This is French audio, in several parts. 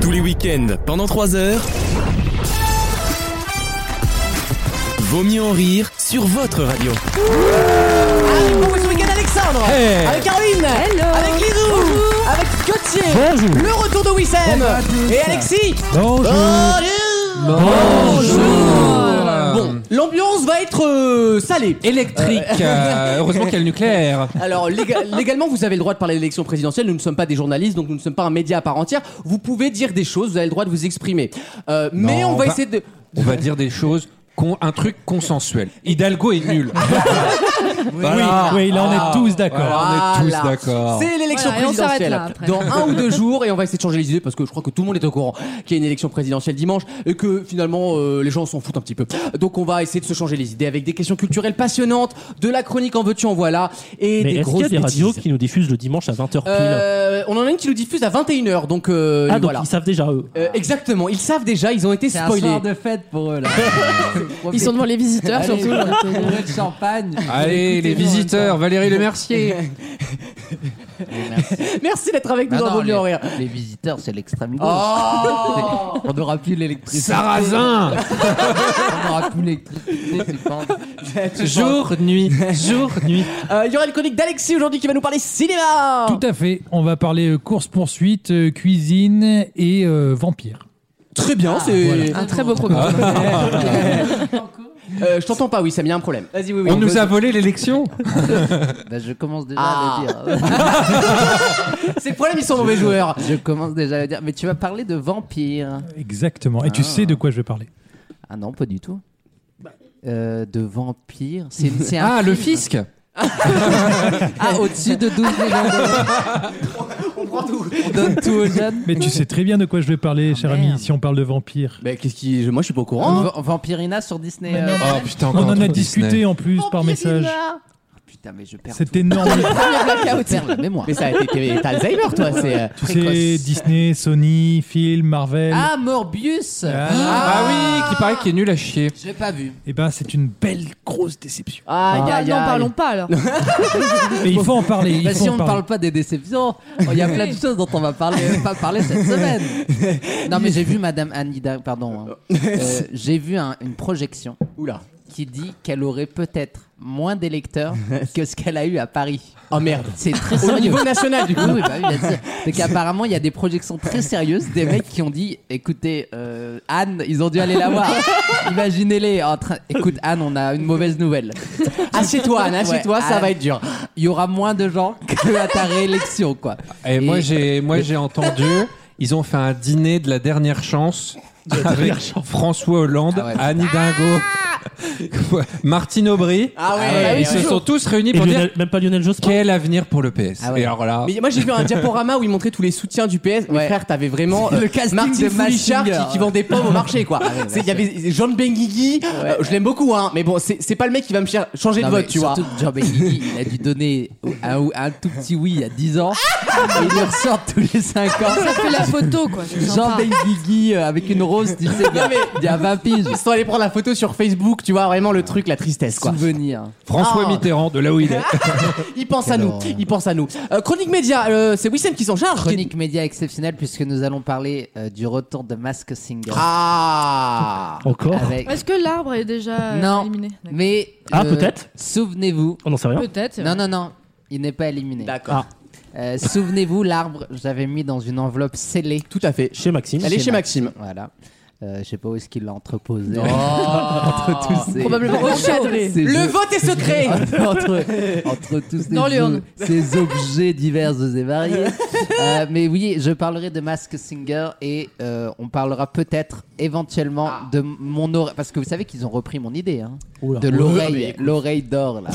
Tous les week-ends, pendant 3 heures. Vaut mieux en rire sur votre radio. Avec vous Ah, ce week-end, Alexandre Hey. Avec Caroline Hello. Avec Lizou Avec Gauthier Bonjour. Le retour de Wissem Bonjour à tous. Et Alexis Bonjour. Bonjour Bon, l'ambiance va être euh, salée. Électrique. euh, heureusement qu'il y a le nucléaire. Alors, léga- légalement, vous avez le droit de parler de l'élection présidentielle. Nous ne sommes pas des journalistes, donc nous ne sommes pas un média à part entière. Vous pouvez dire des choses, vous avez le droit de vous exprimer. Euh, mais Non, on on va va- essayer de... On va dire des choses. con- un truc consensuel. Hidalgo est nul. Oui, oui, là, on est tous d'accord. Voilà, on est tous Voilà. d'accord. C'est l'élection Voilà, et on s'arrête présidentielle. là, après. Dans un ou deux jours, et on va essayer de changer les idées parce que je crois que tout le monde est au courant qu'il y a une élection présidentielle dimanche et que finalement euh, les gens s'en foutent un petit peu. Donc on va essayer de se changer les idées avec des questions culturelles passionnantes, de la chronique en veux-tu en voilà et Mais des est-ce qu'il grosses y a des radios bêtises. qui nous diffusent le dimanche à 20h pile Euh, on en a une qui nous diffuse à 21h, donc, euh, Ah, donc voilà. ils savent déjà eux. Euh, exactement, ils savent déjà, ils ont été C'est un spoilés. soir de fête pour eux là. Ils sont devant les visiteurs Allez, surtout. ouvrez le champagne. Allez, les Écoutez-nous en visiteurs, Valérie Le Mercier. Merci d'être avec nous même temps. dans Ah Vaut Non, mieux en les, rire. les visiteurs, c'est l'extrême gauche. Oh On n'aura plus l'électricité. Sarrazin. On n'aura plus l'électricité. c'est pas- Jour, nuit. Jour, nuit. Euh, Il y aura une chronique d'Alexis aujourd'hui qui va nous parler cinéma. Tout à fait. On va parler euh, course-poursuite, euh, cuisine et euh, vampire. Très bien, c'est. Ah, Un très beau programme. Euh, je t'entends pas, oui, ça me y a un problème. Vas-y, oui, oui. On nous a volé l'élection. Bah, je commence déjà Ah. à le dire. C'est le problème, ils sont mauvais joueurs. Je commence déjà à le dire. Mais tu vas parler de vampires. Exactement. Et tu sais de quoi je vais parler Ah non, pas du tout. Euh, de vampires. C'est c'est un Ah, le film. fisc. Ah, au-dessus de 12 millions d'euros. On prend tout. On donne tout aux jeunes. Mais tu sais très bien de quoi je vais parler, cher ami, merde. si on parle de vampires. Mais qu'est-ce qui. je- Moi, je suis pas au courant. Va- Vampirina sur Disney. euh, Oh putain, On encore un en a truc Disney. discuté en plus par message. Putain, mais je perds. C'est énorme. Je perds la mémoire. Mais ça a été. T'as Alzheimer, toi, c'est. euh, tu sais, Disney, Sony, film, Marvel. Ah, Morbius Ah. Ah oui, qui paraît qu'il est nul à chier. Je l'ai pas vu. Eh Et ben, c'est une belle grosse déception. Aïe, Ah, aïe, non, aïe. parlons pas alors. Mais il faut en parler. il Bah, faut si en on ne parler. parle pas des déceptions, oh, il y a plein de choses dont on va parler, euh, pas parler cette semaine. Non, mais j'ai vu Madame Anida, pardon. hein. Euh, j'ai vu un- une projection Oula. qui dit qu'elle aurait peut-être moins d'électeurs que ce qu'elle a eu à Paris. Oh merde. C'est très Au sérieux. niveau national, du coup. Oui, oui, bah oui, bien sûr. Donc apparemment, il y a des projections très sérieuses, des mecs qui ont dit, écoutez, euh, Anne, ils ont dû aller la voir. Imaginez-les en train. Écoute, Anne, on a une mauvaise nouvelle. Assieds-toi, Anne, assieds-toi, Ouais, ça Anne. va être dur. Il y aura moins de gens que à ta réélection, quoi. Et moi Et- j'ai moi j'ai entendu ils ont fait un dîner de la dernière chance avec François Hollande, Ah ouais. Anne Hidalgo, Martine Aubry. Ah ouais, Ils ouais, se ouais. sont tous réunis Et pour dire Lionel- même pas Lionel Jospin. quel avenir pour le PS. Ah ouais. Et alors là, Mais moi j'ai vu un diaporama où ils montraient tous les soutiens du PS. Mais Ouais. frère, t'avais vraiment Le euh, casting Martin de Foulichard Mazinger, qui, qui ouais. vendait pommes au marché quoi. ouais, bien C'est- Il y avait Jean Benguigui, euh, je l'aime beaucoup hein, mais bon, c'est c'est pas le mec qui va me faire changer Non, de mais vote, tu vois. surtout que Jean Benguigui, il a dû donner un, un tout petit oui il y a 10 ans. et il le ressort tous les 5 ans. Ça fait la photo quoi. c'est Jean sympa. Benguigui euh, avec une rose, tu sais, il y a- il y a 20 piges. Ils sont allés prendre la photo sur Facebook, tu vois, vraiment le truc, la tristesse quoi. Souvenir. François Ah. Mitterrand de là où il est. Il pense à nous, Alors, il pense à nous. Euh, chronique média, euh, c'est Wissem qui s'en charge. Chronique média exceptionnelle puisque nous allons parler euh, du retour de Mask Singer. Ah Encore Avec- Est-ce que l'arbre est déjà euh, Non, éliminé D'accord. mais Ah, euh, peut-être Souvenez-vous. On n'en sait rien. Peut-être. c'est Non, vrai. non, non. Il n'est pas éliminé. D'accord. Euh, souvenez-vous, l'arbre, j'avais mis dans une enveloppe scellée. Tout à fait. Chez Maxime. Elle est chez Maxime. Voilà. Euh, je sais pas où est-ce qu'il l'a entreposé. Oh. Entre tous ces- Probablement au chalet. ces Le jeux- vote est secret entre, entre tous ces, Dans l'urne. jeux- ces objets divers et variés. Euh, mais oui, je parlerai de Mask Singer et euh, on parlera peut-être éventuellement Ah. de mon oreille. Parce que vous savez qu'ils ont repris mon idée. hein. Oula. de Ouais, mais l'oreille, écoute. l'oreille d'or là.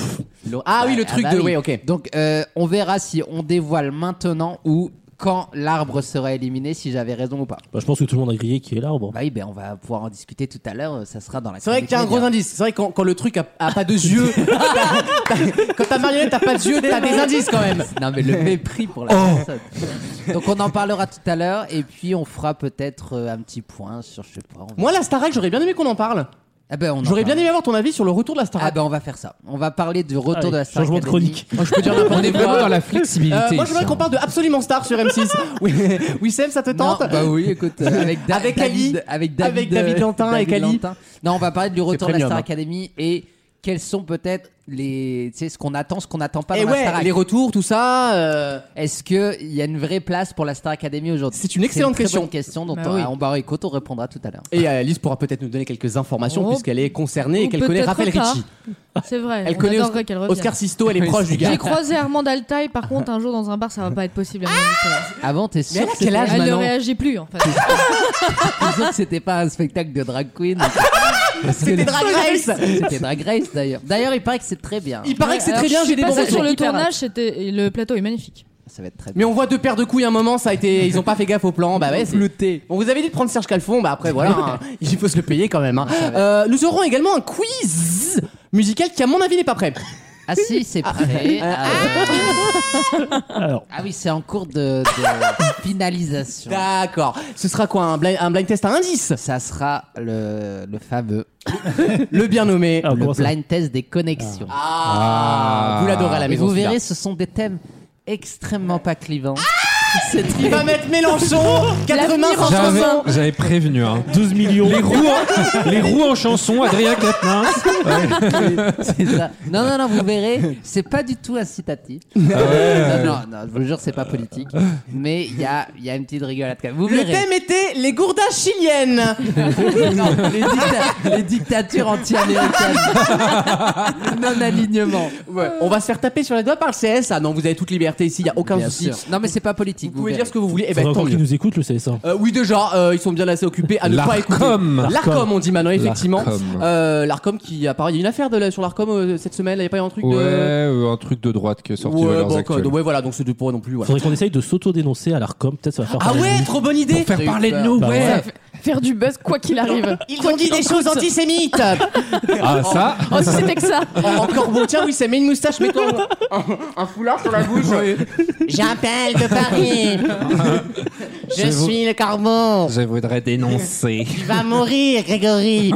L'o- Ah oui, le truc bah de- oui, oui. ok. Donc euh, on verra si on dévoile maintenant ou quand l'arbre sera éliminé, si j'avais raison ou pas. Bah, je pense que tout le monde a grillé qui est l'arbre. Bah oui, ben on va pouvoir en discuter tout à l'heure. euh, Ça sera dans la. C'est vrai chronique qu'il y a un gros média. indice. C'est vrai que quand, quand le truc a, a pas de yeux, t'as- t'as- quand ta marionnette t'as pas de yeux, t'as des indices quand même. Oh. Non mais le mépris pour la personne. Donc on en parlera tout à l'heure et puis on fera peut-être euh, un petit point sur je sais pas. on va- Moi, la Starac, j'aurais bien aimé qu'on en parle. Ah ben, on en J'aurais bien parle. aimé avoir ton avis sur le retour de la Star Ah ben, on va faire ça. On va parler du retour Allez, de la Star changement de Academy. chronique. je peux dire On est vraiment dans la Euh, flexibilité. moi, je voudrais ici, qu'on hein. parle de Absolument Star sur M6. oui, oui, Sam, ça te Non, tente bah oui, écoute, euh, avec, Da- Avec David, Ali, avec David, avec David euh, Lantin et David Cali. Lantin. Non, on va parler du retour de la premium, Star hein. Academy et quels sont peut-être les, tu sais, ce qu'on attend, ce qu'on n'attend pas Eh dans la Star ouais, les Academy. retours, tout ça. euh, Est-ce que il y a une vraie place pour la Star Academy aujourd'hui C'est une excellente très question. bonne question dont Bah on, oui. on, bah, écoute, on répondra tout à l'heure. Et euh, Alice pourra peut-être nous donner quelques informations Oh. puisqu'elle est concernée et Ou qu'elle connaît peut-être Raphaël pas. Ricci. C'est vrai. Elle on connaît adorerait qu'elle revienne. Oscar Sisto, elle est proche du gars. J'ai croisé Armand Altaï, par contre, un jour dans un bar, ça va pas être possible. à mon avis. Ah, Avant, t'es Mais sûr elle a que quel c'était- âge Elle ne maintenant réagit plus, en fait. t'es sûr que c'était pas un spectacle de drag queen C'était Drag Race C'était Drag Race d'ailleurs. D'ailleurs, il paraît que c'est très bien. Il paraît que c'est Alors, très bien, j'ai des bons Passé retours. sur le Hyper tournage, c'était et le plateau est magnifique. Ça va être très bien. Ah Mais on voit deux paires de couilles à un moment, ça a été. Ils ont pas fait gaffe au plan. Bah ouais, c'est- On vous avait dit de prendre Serge Calfon, bah après voilà, hein, il faut se le payer quand même. hein. Euh, nous aurons également un quiz musical qui, à mon avis, n'est pas prêt. Ah si, c'est prêt. Ah, Alors. Ah oui, c'est en cours de, de finalisation. D'accord. Ce sera quoi un blind, un blind test à indice Ça sera le, le fameux Le bien nommé. Ah, le comment ça blind test des connexions. Ah, Vous l'adorez à la Et maison. vous celui-là. verrez, ce sont des thèmes extrêmement pas clivants. C'est Il va mettre Mélenchon, 80 L'avenir en J'avais- chansons. J'avais prévenu. Hein. 12 millions. Les roues, en, les roues en chanson, Adrien Quatennens. c'est ça. Non, non, non, vous verrez, c'est pas du tout incitatif. Ah Non, non, non, je vous jure, c'est pas politique. Mais il y a, il y a une petite rigolade quand même. Vous Le verrez. thème était les gourdas chiliennes. Non, les, dicta- les dictatures anti-américaines. Non-alignement. Ouais, On va se faire taper sur les doigts par le CSA. Non, vous avez toute liberté ici, il n'y a aucun Bien souci. sûr. Non, mais c'est pas politique. Vous pouvez verrez. dire ce que vous voulez. Eh ben, Faudra tant encore mieux. qu'ils nous écoutent, le CSA. Euh, oui, déjà, euh, ils sont bien assez occupés à ne pas écouter. L'Arcom. L'Arcom, on dit maintenant, effectivement. L'Arcom. Euh, L'Arcom qui apparaît. Il y a une affaire de la- sur l'Arcom euh, cette semaine, il n'y a pas eu un truc Ouais, de. euh, un truc de droite qui est sorti Ouais, à bon, l'heure quoi, donc, ouais, voilà, donc c'est de pour non plus. voilà. Faudrait qu'on essaye de s'auto-dénoncer à l'ARCOM. Peut-être ça va faire Ah parler de ouais, nous. trop bonne idée! Faire parler de nous, Bah ouais. ouais. Faire du buzz quoi qu'il arrive. Ils ont dit des choses antisémites! Ah ça, Oh, si c'était que ça. En- Encore bon, tiens, oui, ça met une moustache, mais toi, un, foulard sur la bouche. J'appelle de Paris. Je J'avoue- suis le carbone. je voudrais dénoncer. Tu vas mourir, Grégory.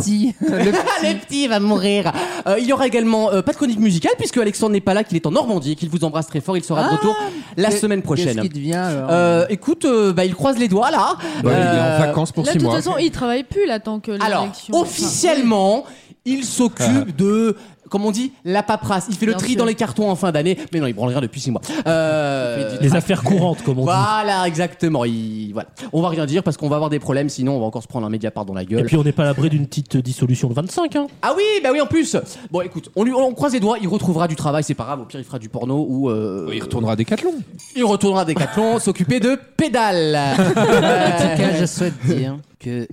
Petit. Les petits va mourir. Ah Euh, il y aura également euh, pas de chronique musicale puisque Alexandre n'est pas là, qu'il est en Normandie, et qu'il vous embrasse très fort. Il sera de retour la semaine Qu'est-ce prochaine. qui devient alors Euh, écoute, euh, bah, il croise les doigts là. Bah, il est Euh, en vacances pour Là, de six toute mois. façon, il travaille plus là tant que Alors, l'élection. enfin, officiellement, il s'occupe de, comme on dit, la paperasse. Il fait le Bien tri sûr. dans les cartons en fin d'année. Mais non, il branle rien depuis six mois. Euh, Les affaires courantes, comme on dit. voilà, exactement. Il, voilà. On va rien dire parce qu'on va avoir des problèmes, sinon on va encore se prendre un média par dans la Et gueule. puis on n'est pas à l'abri d'une petite dissolution le 25. Hein. Ah oui, bah oui, en plus. Bon, écoute, on lui, on croise les doigts, il retrouvera du travail, c'est pas grave. Au pire, il fera du porno ou euh, Il retournera à Décathlon. il retournera à Decathlon s'occuper de pédales. En tout cas, je souhaite dire que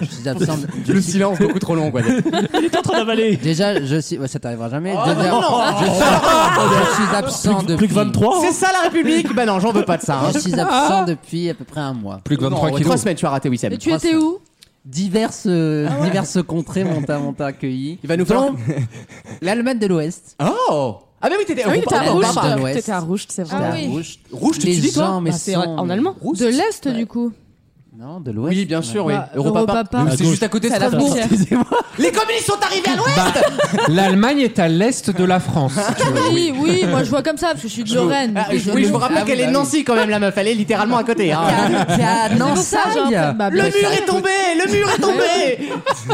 je suis absent. de- je Le suis- silence beaucoup trop long, quoi. Il est en train d'avaler. Déjà, je suis. ouais, ça t'arrivera jamais. Oh, Déjà, non, non. Je, suis... je suis absent Plus, que- depuis. Ah, plus que 23. C'est hein. ça la République Bah non, j'en veux pas de ça. hein. Je suis absent depuis à peu près un mois. Plus que 23 Non, ouais, trois kilos. semaines, tu as raté, oui, Sam. Mais tu étais où Diverses, euh, diverses contrées m'ont m'ont accueilli. Ah Il va nous falloir- Donc, L'Allemagne de l'Ouest. Oh Ah, mais oui, t'étais Ah oui, t'es pardon, à Rouge. Rouge. pardon, pardon. l'Ouest. T'étais à Rouge, c'est vrai. Ah la oui. Rouge. Rouge, tu Les dis, toi gens, mais Ah, c'est sont- en- en allemand. De l'est du coup. Non, de l'Ouest. Ah, Oui, bien sûr, oui. Bah, Europapa. Europapa. Mais C'est À juste gauche. à côté de C'est à la Strasbourg. frontière. Les communistes sont arrivés à l'ouest L'Allemagne est à l'est de la France. si tu veux. Oui, oui, moi je vois comme ça parce que je suis de Lorraine. Ah, je- Oui, je vous rappelle Ah oui, qu'elle bah est oui. Nancy quand même, la meuf. Elle est littéralement à côté. hein. Qu'à C'est pour ça, j'ai un peu de Nansaille. ma Le blague. mur est tombé Le mur est tombé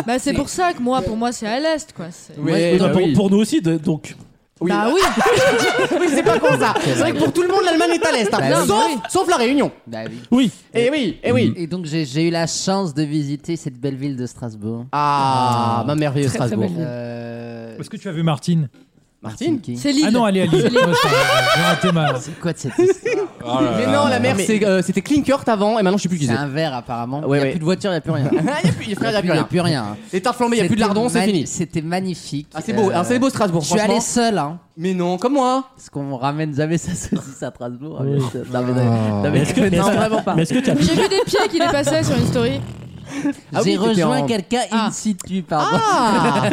Bah, c'est pour ça que moi, pour moi, c'est à l'est quoi. C'est- Oui, Non, bah pour, oui. pour nous aussi, de- donc. Oui. Bah oui. Oui, c'est pas con ça C'est vrai que pour tout le monde, l'Allemagne est à l'est. hein. Bah oui. Sauf, sauf la Réunion. Bah oui. Oui. Eh oui, eh oui. Et donc j'ai- j'ai eu la chance de visiter cette belle ville de Strasbourg. Ah, ma merveilleuse Très, très Strasbourg. belle. Euh, Est-ce que tu as vu Martine Martine qui- C'est Lille. Ah non, allez, allez. J'ai raté ma. C'est quoi de cette histoire Mais non, la mère, c'est, euh, c'était Klinkert avant, et maintenant je sais plus qui C'est c'est. un verre Ouais, apparemment. il n'y a Ah ouais. plus de voiture, il n'y a plus rien. Ah, y a plus- frère, y a plus Il n'y a rien. plus rien. Les tartes flambées, y a plus de lardons, c'est C'était fini. mani- C'était magnifique. Ah, c'est beau, Euh, ah, c'est beau Strasbourg, Je suis franchement. allé seul, hein, Mais non, comme moi. parce qu'on ramène jamais sa saucisse à Strasbourg. hein, Oui. Ah. mais c'est- non, mais- non, mais- Est-ce que, est-ce que- non, vraiment pas. mais est-ce que t'as J'ai vu des pieds qui dépassaient sur une story. Ah j'ai oui, t'étais rejoint en- quelqu'un Ah. in situ, pardon. Ah.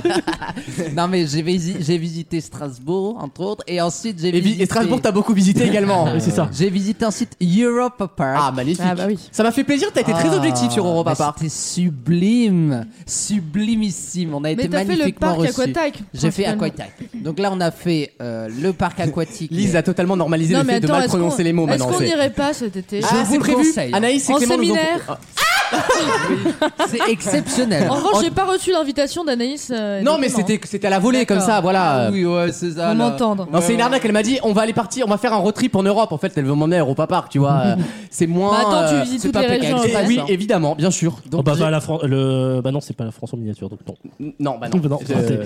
non, mais j'ai visi- j'ai visité Strasbourg, entre autres, et ensuite j'ai Et, vi- visité. et Strasbourg, t'as beaucoup visité également. Oui, c'est ça. J'ai visité ensuite Europa Park. Ah, magnifique. Ah bah oui. Ça m'a fait plaisir, t'as été très Ah, objectif sur Europa mais Park. C'était sublime, sublimissime. On a Mais été t'as fait le magnifiquement parc reçus. aquatique. J'ai fait principalement. Aquatech. Donc là, on a fait euh, le parc aquatique. Lise a totalement normalisé Non le mais fait de attends, mal est-ce qu'on prononcer les mots est-ce maintenant. qu'on c'est- n'irait pas cet été Je Ah, vous c'est le prévu. conseille. Anaïs et En Clément nous ont- séminaire. Ah, C'est exceptionnel. En revanche, En- j'ai pas reçu l'invitation d'Anaïs. euh, Non, mais document. c'était c'était à la volée comme ça, voilà. Ah oui, ouais, c'est ça. Pour là. m'entendre. Non, c'est une arnaque. Elle m'a dit, on va aller partir, on va faire un road trip en Europe. En fait, elle veut m'emmener à Europa Park, tu vois. Euh, c'est moins. Bah attends, tu euh, visites c'est toutes pas les Pékin régions. Express, ouais. Oui, hein. évidemment, bien sûr. Oh, Donc, bah, j'ai- bah, la Fran- le... bah non, c'est pas la France en miniature, donc non. Non, bah non. Non, Euh, raté.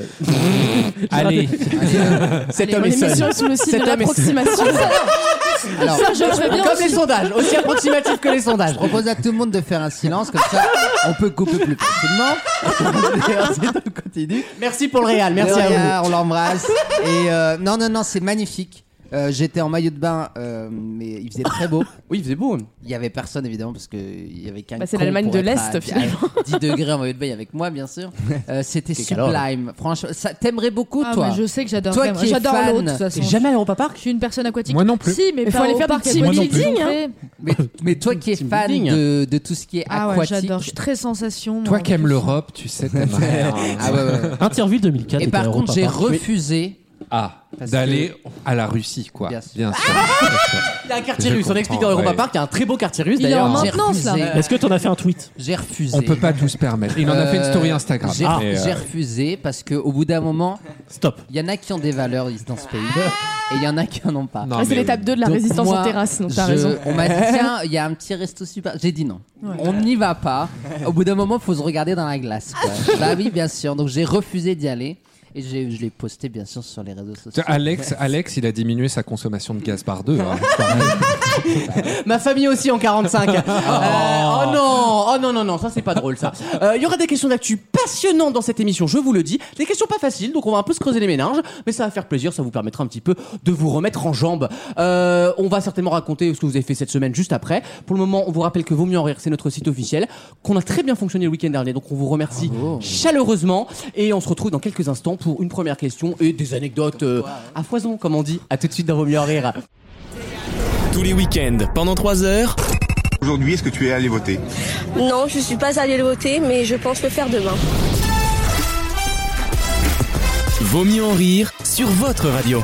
Allez, cet Allez, homme on est les seul. met sur- sous le site Cet de homme est seul. l'approximation. bah. Alors, Ça, je le fais bien Comme les aussi. sondages, aussi approximatif que les sondages. je propose à tout le monde de faire un silence, comme ça, on peut couper plus facilement. Et ensuite, on continue. Merci pour le réal, merci De à vous. rien, On l'embrasse. Et euh, non, non, non, c'est magnifique. Euh, J'étais en maillot de bain, euh, mais il faisait très beau. Oui, c'est beau. Il y avait personne évidemment parce que il y avait qu'un. Bah, c'est con l'Allemagne pour de être l'Est, à- à finalement. 10 degrés en maillot de bain avec moi bien sûr. Euh, C'était Quel calor. sublime. Franchement, ça t'aimerais beaucoup Ah, toi. mais je sais que j'adore. Toi vraiment. qui es J'adore fan. l'eau de toute façon. Jamais à Europa Park Je suis une personne aquatique. moi non plus. Si, mais Mais faut pas aller au faire des parc petits aquatique. buildings, hein. Mais, mais toi qui es Team fan building. de, de tout ce qui est Ah ouais, aquatique. j'adore. Je suis très sensation. moi, toi en qui Ah, aimes plus. l'Europe, tu sais ta mère. Ah ouais, ouais, ouais. Interville 2004. Et était par à contre Europa j'ai Park. refusé. Ah, Parce d'aller à la Russie, quoi. Bien sûr. Bien sûr. Bien sûr. Il y a un quartier Je russe, on comprends, explique dans Europa ouais. Park, il y a un très beau quartier russe Il est d'ailleurs. en J'ai maintenance, là. refusé. Est-ce que t'en as fait un tweet J'ai refusé. On peut pas tout se permettre. Il en a fait une story Euh, Instagram. J'ai Mais, euh, j'ai refusé parce que au bout d'un moment, Stop. il y en a qui ont des valeurs dans Ah. ce pays et il y en a qui en ont pas. non, Ah, mais- c'est l'étape 2 de la Donc résistance moi, en terrasse, donc t'as je- raison. On m'a dit, tiens, il y a un petit resto super. J'ai dit non. On n'y va pas. Au bout d'un moment, faut se regarder dans la glace. quoi. bah oui, bien sûr. Donc j'ai refusé d'y aller. Et j'ai- je l'ai posté, bien sûr, sur les réseaux sociaux. Tiens, Alex, Alex, il a diminué sa consommation de gaz par deux. hein. Ma famille aussi en 45. Euh, oh non, oh non, non, non, ça c'est pas drôle ça. Euh, Il y aura des questions d'actu passionnantes dans cette émission, je vous le dis. Des questions pas faciles, donc on va un peu se creuser les méninges, mais ça va faire plaisir, ça vous permettra un petit peu de vous remettre en jambes. Euh, on va certainement raconter ce que vous avez fait cette semaine juste après. Pour le moment, on vous rappelle que Vaut mieux en rire, c'est notre site officiel, qu'on a très bien fonctionné le week-end dernier, donc on vous remercie chaleureusement. Et on se retrouve dans quelques instants pour une première question et des anecdotes euh, à foison, comme on dit. À tout de suite dans Vaut mieux en rire. Tous les week-ends, pendant 3 heures, Aujourd'hui, est-ce que tu es allé voter Non, je suis pas allée le voter, mais je pense le faire demain. Vaut mieux en rire sur votre radio.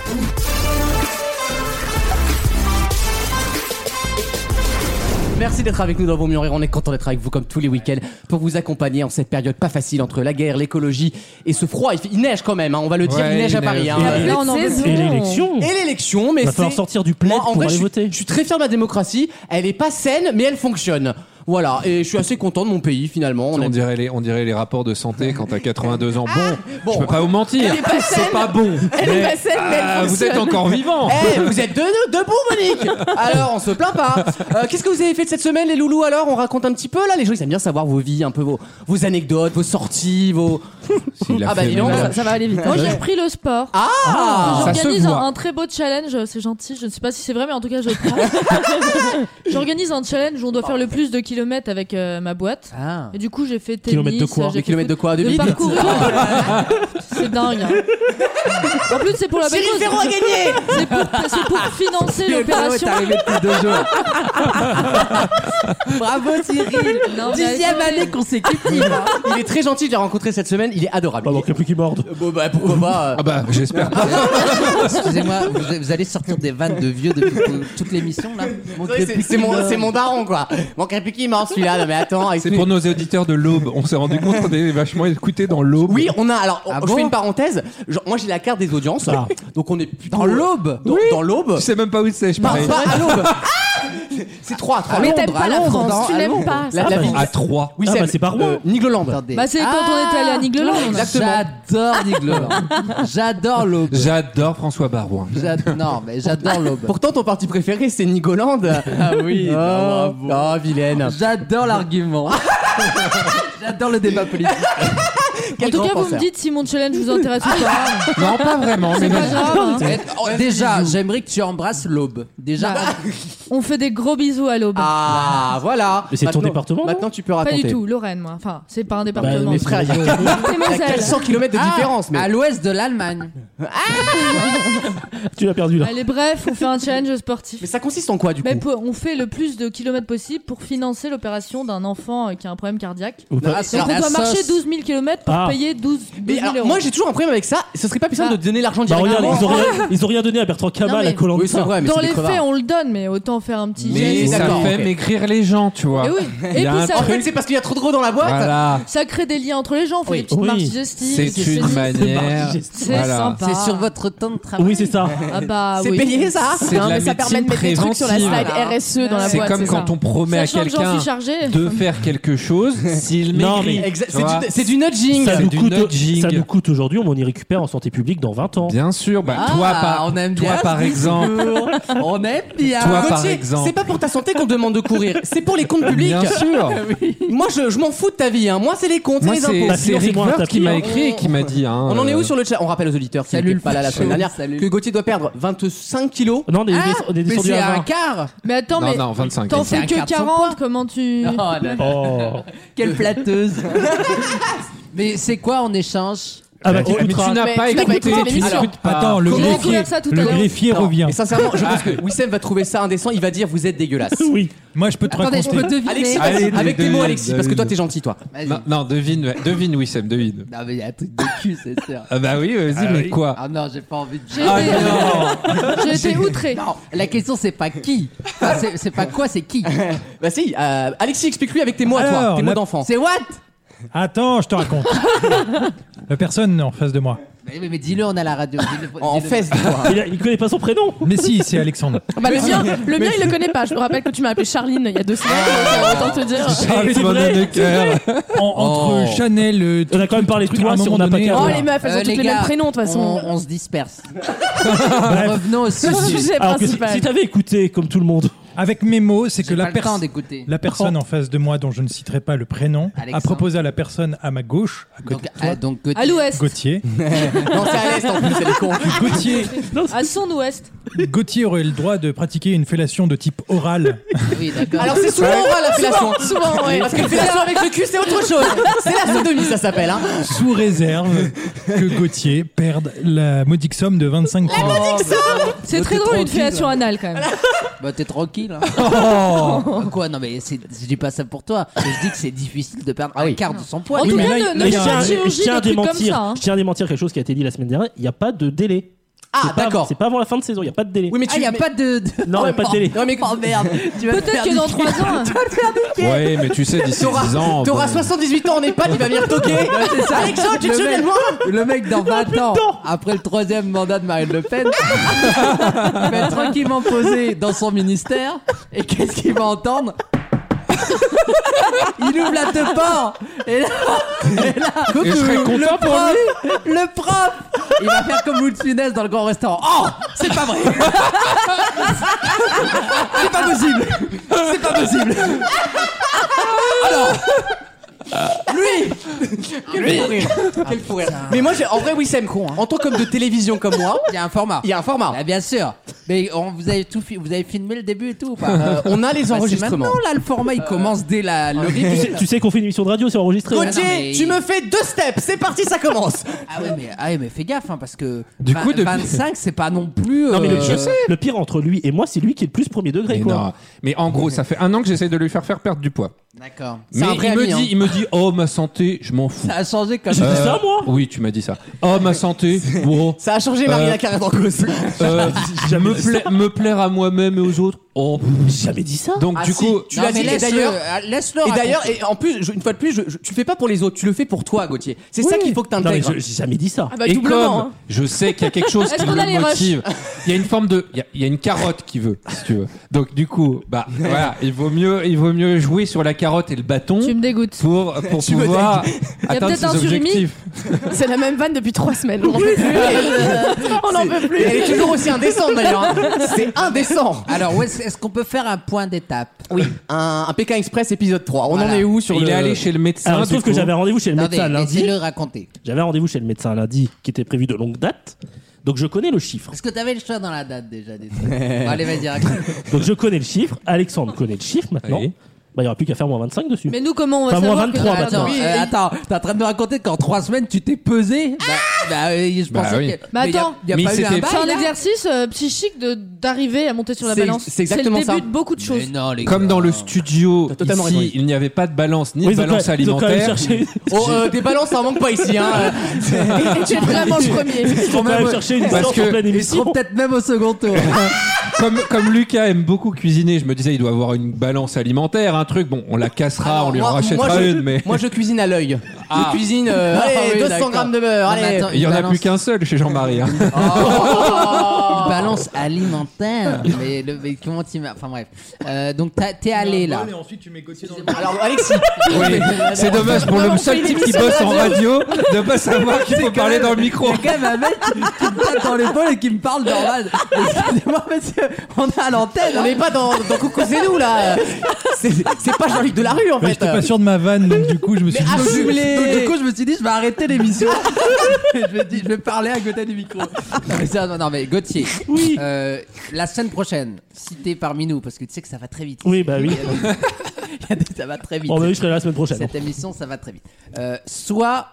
Merci d'être avec nous dans Vos Mieux en Rire. On est content d'être avec vous comme tous les week-ends pour vous accompagner en cette période pas facile entre la guerre, l'écologie et ce froid. Il, fait- il neige quand même, hein, on va le dire, Ouais, il neige il à Paris. neige. hein. Il y a Ah, Là, on en Et veut plus. Et l'élection Et l'élection, mais Va falloir c'est- sortir du plaid Moi, en pour vrai, aller je suis- voter. Je suis très fier de ma démocratie. Elle est pas saine, mais elle fonctionne. Voilà, et je suis assez content de mon pays finalement. On, aime- dirait les, on dirait les rapports de santé quand t'as 82 ans. Bon, bon. je peux pas vous mentir. Elle est pas saine. C'est pas bon. Elle est Mais, pas saine, mais elle ah, vous fonctionne. êtes encore vivant. Eh, vous êtes deux, debout, Monique Alors, on se plaint pas. Euh, Qu'est-ce que vous avez fait de cette semaine, les loulous Alors, on raconte un petit peu là. Les gens, ils aiment bien savoir vos vies, un peu vos, vos anecdotes, vos sorties, vos. S'il a Ah bah fait dis donc, mal. ça- Ça va aller hein. vite. Moi, j'ai repris le sport. Ah ça se J'organise un, voit. un très beau challenge, c'est gentil, je ne sais pas si c'est vrai, mais en tout cas, je le prends. J'organise un challenge où on doit faire le plus de kilomètres avec euh, ma boîte. Ah. Et du coup, j'ai fait tennis. Kilomètres de quoi j'ai Des fait kilomètres de foot- quoi Oh De De bide parcourir. c'est dingue. hein. En plus, c'est pour la belle Cyril cause. Ferro a gagné C'est pour, c'est pour financer l'opération. depuis deux jours. Bravo Cyril. Non, mais Dixième attendez. année consécutive. hein. Il est très gentil, je l'ai rencontré cette semaine, il est adorable. Bah, manquerait plus qu'il morde. Bon bah pourquoi pas euh. Ah bah, j'espère pas. Excusez-moi, vous, vous allez sortir des vannes de vieux depuis tout- toute l'émission là. Mon C'est- C'est Dieu, c'est mon, c'est mon daron quoi. Manquerait plus qu'il mord celui-là. Non mais attends. avec C'est lui- pour nos auditeurs de l'aube. On s'est rendu compte qu'on était vachement écoutés dans l'aube. Oui, on a. Alors, Ah je bon fais une parenthèse. Genre, moi, j'ai la carte des audiences. Donc, on est plutôt- Dans l'aube Dans, dans l'aube. Je sais même pas où c'est, je Non, parie. pas à l'aube. Ah C'est 3 à 3. Mais t'aimes pas la France, tu l'aimes pas. La, la bah, ville. À 3. Oui, Ah, c'est bah, c'est par Rouen. Nigloland. attendez. Ah, Bah, c'est quand on Ah. était allé à Nigloland. on a- J'adore Nigloland. J'adore l'aube. J'adore François Barouin. J'ad- Non, mais j'adore l'aube. Pourtant, ton parti préféré, c'est Nigoland. Ah oui. Oh, oh, vilaine. J'adore l'argument. J'adore le débat politique. En Quel tout grand cas, vous me penseur. dites si mon challenge vous intéresse ou pas. Non, pas vraiment, mais C'est pas vas-y. grave. hein. Eh, oh, Déjà, j'aimerais que tu embrasses l'aube. Déjà. On fait des gros bisous à l'aube. Ah, voilà. Mais c'est ton Maintenant- département, non Maintenant, tu peux pas raconter. du tout, Lorraine, moi. Enfin, c'est pas un Bah, département. mes frères, ils ont- c'est Il y a Moselle. 400 km de Ah, différence, mais. À l'ouest de l'Allemagne. tu l'as perdu là. Allez, bref, on fait un challenge Mais sportif. ça consiste en quoi, du coup Mais pour- on fait le plus de kilomètres possible pour financer l'opération d'un enfant euh, qui a un problème cardiaque. Ou pas- Ah, Donc c'est on la doit sauce. marcher 12 000 km pour Ah. payer 12 Mais 12 000 alors, euros. moi j'ai toujours un problème avec ça, ce serait pas plus simple Bah. de donner l'argent Bah regarde, directement ils ont rien, ils ont rien donné à Bertrand Non, Kamal, mais- à Colin. Oui, c'est vrai, mais Dans c'est les des crevards. faits, on le donne, mais autant faire un petit Mais geste. ça d'accord, fait ok. maigrir les gens, tu vois. Et Eh oui. Il Et y a un puis ça, En fait, c'est parce qu'il y a trop de gros dans la boîte. Voilà, ça crée des liens entre les gens. On fait Oui. des petites Oui. marches digestives. c'est des une choses- manière. C'est Voilà. sympa. C'est sur votre temps de travail. Oui, c'est ça. Ah bah C'est oui. payé ça C'est Non, de la mais ça permet de médecine mettre des trucs sur la slide préventive. RSE dans la boîte. C'est comme quand on promet à Sachant que j'en quelqu'un suis chargé. de faire quelque chose s'il Non, maigrit. mais- Exact, tu C'est vois. du, c'est du nudging. Ça C'est nous, du coûte, nudging. ça nous coûte aujourd'hui, on y récupère en santé publique dans 20 ans. Bien sûr, bah, Ah, toi, par, on aime toi bien par ce exemple. On aime bien. Toi, par Gauthier, exemple. C'est pas pour ta santé qu'on te demande de courir, c'est pour les comptes publics. Bien sûr. Moi je, je m'en fous de ta vie, hein. moi c'est les comptes, Moi, c'est les c'est impôts. Bah, c'est sinon, c'est Rick moi un Ward qui tapis, m'a hein. écrit et qui m'a dit. hein, On en est euh, où sur le chat On rappelle aux auditeurs qui Salut, n'étaient pas là la Fabio. semaine dernière Salut. que Gauthier doit perdre 25 kilos. Non, on est, on est- on est Mais descendu c'est à un 20. quart. Mais attends, Non, mais non, 25. t'en c'est fais un que quart de son 40, comment tu... Oh, là, là. Oh. Quelle flatteuse. Mais c'est quoi en échange Ah bah, tu Oh, mais tu coûteras. n'as pas tu n'as écouté, tu pas écouté n'écoutes l'émission. pas. Attends, le Comment on greffier, couvre ça tout à le l'heure greffier Non, revient. Mais sincèrement, je pense que Wissem va trouver ça indécent, il va dire vous êtes dégueulasse. Oui. Moi, je peux te Attendez, je raconter. peux deviner. Alexis, Allez, vas-y, devine, avec tes mots devine, Alexis, parce que toi devine. t'es gentil toi. Vas-y. Non, non, devine, ouais, devine, Wissem, devine. Non, mais il y a un truc de cul, c'est sûr. Ah bah oui, vas-y, mais quoi Ah non, j'ai pas envie de Ah, J'ai été, j'ai été outré. Non, la question c'est pas qui. Enfin, c'est- c'est pas quoi, c'est qui. Bah si, euh, Alexis explique-lui avec tes mots à toi, Alors, tes mots la- d'enfant. C'est what Attends, je te raconte. La personne en face de moi. Mais, mais- mais dis-le, on a la radio. dis-le- En dis-le. fesse dis-toi. Il, a- il connaît pas son prénom. Mais si, c'est Alexandre. Ah, Bah, le mien, le mien, il le connaît pas. Je me rappelle que tu m'as appelé Charline il y a deux semaines. donc, euh, Autant te dire. Ah Charlie c'est Von vrai, Honecker. En- entre Oh. Chanel, euh, On a quand même parlé Twitter, de toi à un si moment on n'a pas donné, qu'à Oh, Voilà. les meufs, elles Euh, ont les toutes les gars, mêmes prénoms, de toute façon. On, on se disperse. Revenons au Le sujet. sujet Alors que Ah, si, principal. si t'avais écouté comme tout le monde, avec mes mots, c'est que J'ai la pas le temps personne. d'écouter. La personne en face de moi, dont je ne citerai pas le prénom, a Alexandre. proposé à la personne à ma gauche, à côté Donc, ah, donc Gauthier. À l'ouest, Gauthier. Non, c'est à l'est en plus, elle est con. Gauthier, à son ouest. Gauthier aurait le droit de pratiquer une fellation de type oral. Oui, d'accord. Alors c'est souvent oral la fellation. Souvent, ouais. Parce que fellation avec le cul c'est autre chose. C'est la sodomie ça s'appelle hein. sous réserve que Gauthier perde la modique somme de 25 kilos. C'est Bah, très drôle t'es une tranquille. fellation anale quand même. Bah, t'es tranquille. hein. Ah, Quoi Non, mais c'est- je dis pas ça pour toi. Je dis que c'est difficile de perdre un quart de son poids. En Oui, tout mais cas, là, ne, ne il Et y je a fais pas tiens, de je chirurgie, tiens des à trucs comme ça. démentir, hein. je tiens à démentir quelque chose qui a été dit la semaine dernière. Il n'y a pas de délai. C'est Ah pas- d'accord. C'est pas avant la fin de saison. Il n'y a pas de délai. Oui mais Ah, tu y a mais- pas de. Non, il n'y a pas de délai. Non mais Oh merde. Tu vas te Peut-être faire que dans niquer. 3 ans, hein. Ouais, mais tu sais, d'ici T'auras 10 ans. t'auras bon. 78 ans en EHPAD, il va venir toquer. Alexandre, tu te Le souviens de mec- moi Le mec, dans 20 ans, après le troisième mandat de Marine Le Pen, il va être tranquillement posé dans son ministère. Et qu'est-ce qu'il va entendre Il ouvre la te port Et là, Et je serais content pour lui. prof, le prof Il va faire comme Louis de Funès dans le grand restaurant. Oh C'est pas vrai C'est pas possible C'est pas possible Alors Quel fou rire. Quel fou rire. Mais moi, j'ai- en vrai, Wissem, Con, hein. en tant qu'homme de télévision comme moi, Il y a un format. il y a un format. Ah, bien sûr. Mais on, vous avez tout, fi- vous avez filmé le début et tout ou pas Euh, on a les Bah, c'est enregistrements. maintenant là le format il commence dès la le rythme. Tu sais, tu sais qu'on fait une émission de radio, c'est enregistré. hein. Gauthier, Gauthier, Ah non, mais- tu me fais deux steps, c'est parti, ça commence. Ah ouais mais ah ouais, mais fais gaffe hein, parce que Du vingt- coup, depuis- 25 c'est pas non plus. Non, mais le, euh, pire- le pire entre lui et moi, c'est lui qui est le plus premier degré. Mais quoi. non. Mais en gros, ça fait un an que j'essaye de lui faire faire perdre du poids. D'accord. C'est Mais un il me préavis, dit, hein. il me dit, oh ma santé, je m'en fous. ça a changé quand J'ai même. dit ça, moi Oui, tu m'as dit ça. Oh ma santé, bon. Ça a changé Marina Euh, Carré en cause. euh, me, pla- me plaire à moi-même et aux autres. Oh. J'avais dit ça. Donc Ah, du si, coup, tu l'as dit. Et d'ailleurs, laisse le et d'ailleurs, et en plus, je- une fois de plus, je, je- tu le fais pas pour les autres, tu le fais pour toi, Gauthier. C'est Oui. ça qu'il faut que Non, mais t'intègres. je- j'ai jamais dit ça. Ah bah, et doublement. comme hein. je sais qu'il y a quelque chose Est-ce qui qu'on a les le rushs motive, il y a une forme de, il y a- il y, a une carotte qui veut, si tu veux. Donc du coup, bah voilà, il vaut mieux, il vaut mieux jouer sur la carotte et le bâton tu me dégoûtes. pour pour me pouvoir atteindre peut-être un ses surimi objectifs. C'est la même vanne depuis trois semaines. On en peut plus. C'est- On en peut Et plus. elle est toujours aussi indécente d'ailleurs. hein. C'est indécent. Alors où est-ce est-ce qu'on peut faire un point d'étape Oui, un, un Pékin Express épisode 3. On en Voilà. est où sur Il le... est allé chez le Ah, médecin. Alors, il se du trouve que coup. j'avais un rendez-vous chez le médecin Attendez, lundi. laissez-le raconter. J'avais un rendez-vous chez le médecin lundi qui était prévu de longue date. Donc je connais le chiffre. Parce que t'avais le choix dans la date déjà des trucs. Bon, allez, vas-y, raconte. Donc je connais le chiffre. Alexandre connaît le chiffre maintenant. Oui. Bah, il n'y aura plus qu'à faire moins 25 dessus. Mais nous, comment on va Enfin, moins savoir que- 23, Attends, maintenant. Oui, euh, et- attends, t'es en train de me raconter qu'en trois semaines tu t'es pesé Bah, bah, euh, je Bah pensais oui. que. Mais y a- attends. y a, Mais pas il eu un s'était- bail, C'est un là exercice euh, psychique de- d'arriver à monter sur la C'est- balance. c'est exactement le début ça. de beaucoup de Mais choses. non, les Comme gars. dans le studio, T'as totalement raison, ici, Yves. il n'y avait pas de balance ni Oui, ils de ont balance quand même- ils ont quand même alimentaire. cherché- Oh, euh, des balances, ça en manque pas ici. Hein. Et tu es vraiment le premier. Ils ont quand même cherché une Parce sorte que- en pleine Ils seront émission. peut-être même au second tour. Comme, comme Lucas aime beaucoup cuisiner, je me disais, il doit avoir une balance alimentaire, un truc. Bon, on la cassera, Alors, on lui moi- en rachètera moi, je- une, mais Moi, je cuisine à l'œil. Ah. Je cuisine euh, Ah, allez, oui, 200 d'accord. grammes de beurre. Non, mais Allez. attends, il n'y en a balance- plus qu'un seul chez Jean-Marie. hein. Une balance alimentaire. mais, le, mais comment tu mets- Enfin bref. Euh, donc t'as- t'es allé là. Alors, Alexis, Oui. C'est dommage pour le seul type qui bosse en radio de pas savoir qu'il faut parler dans le micro. Il y a quand même un mec qui me tape dans l'épaule et qui me parle normal. Excusez-moi, monsieur, on est à l'antenne. on hein. n'est pas dans, dans Coucou, c'est nous là. C'est c'est pas Jean-Luc Delarue en Ouais, fait. J'étais euh, pas sûr de ma vanne, donc du coup, je me suis Mais Ah, dit. assume-les. Donc, du coup, je me suis dit, je vais arrêter l'émission. Et je, me dis, je vais parler à côté du micro. Non, mais, sérieusement, non, mais Gauthier, Oui. euh, la semaine prochaine, si t'es parmi nous, parce que tu sais que ça va très vite. Oui, bah oui. Il y a des- ça va très vite. Bon, bah oui, je serai là la semaine prochaine. Cette émission, ça va très vite. Euh, soit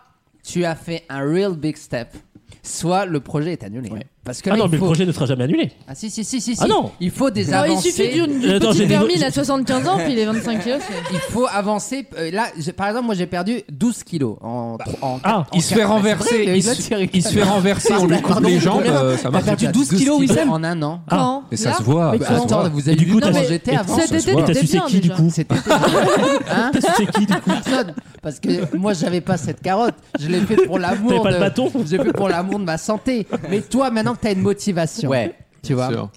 tu as fait un real big step, soit le projet est annulé. Parce que là, Ah non, il mais faut... le projet ne sera jamais annulé. Ah si, si, si, si. si. Ah non. Il faut des Alors, avancées. il suffit d'une d'une Attends, j'ai petite des- permis, il a 75 ans, puis il est 25 kilos. c'est- Il faut avancer. Euh, Là, j'ai- par exemple, moi j'ai perdu 12 kilos en. Bah. en- Ah, en Il se quatre- fait renverser, C'est vrai, il là, se, tu rigoles. il se fait renverser, on lui coupe Pardon, les jambes, combien euh, ça T'as marche. perdu 12 kilos, Wissem en un an. Quand Et ça Là se voit. Bah, ça se attends, voit. vous avez du vu coup, comment t'as- j'étais Et avant Cet été, voit. T'as t'étais sucé bien qui, du déjà. coup C'était hein c'est qui du coup personne parce que moi j'avais pas cette carotte, je l'ai fait pour T'avais l'amour pas le de bâton j'ai fait pour l'amour de ma santé. Mais toi maintenant que t'as une motivation, Ouais, tu vois, Sûr.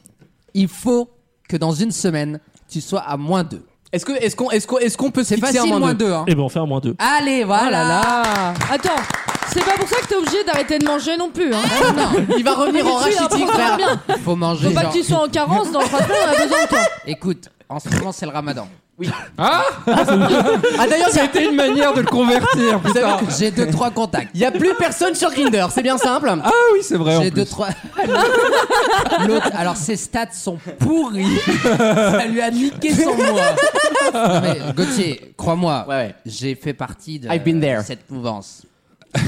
il faut que dans une semaine tu sois à moins 2. Est-ce que- est-ce qu'on est qu'on est qu'on peut se C'est fixer un facile moins moins deux 2 hein. Eh ben, on fait un moins 2. Allez, voilà. Attends, c'est pas pour ça que t'es obligé d'arrêter de manger non plus. Hein. Il va revenir en Tu es un rachitique, frère. programme bien. Faut manger Faut pas genre- que tu sois en carence dans le traitement, on a besoin de toi. Écoute, en ce moment c'est le Ramadan. Ah Ah d'ailleurs, il y a- C'était une manière de le convertir, putain. J'ai deux trois contacts. il y a plus personne sur Grinder, c'est bien simple. Ah oui, c'est vrai. En J'ai deux plus. trois. L'autre, alors ses stats sont pourris. Ça lui a niqué son mois. Non, mais Gauthier, crois-moi, Ouais, ouais. j'ai fait partie de I've been there. de cette mouvance.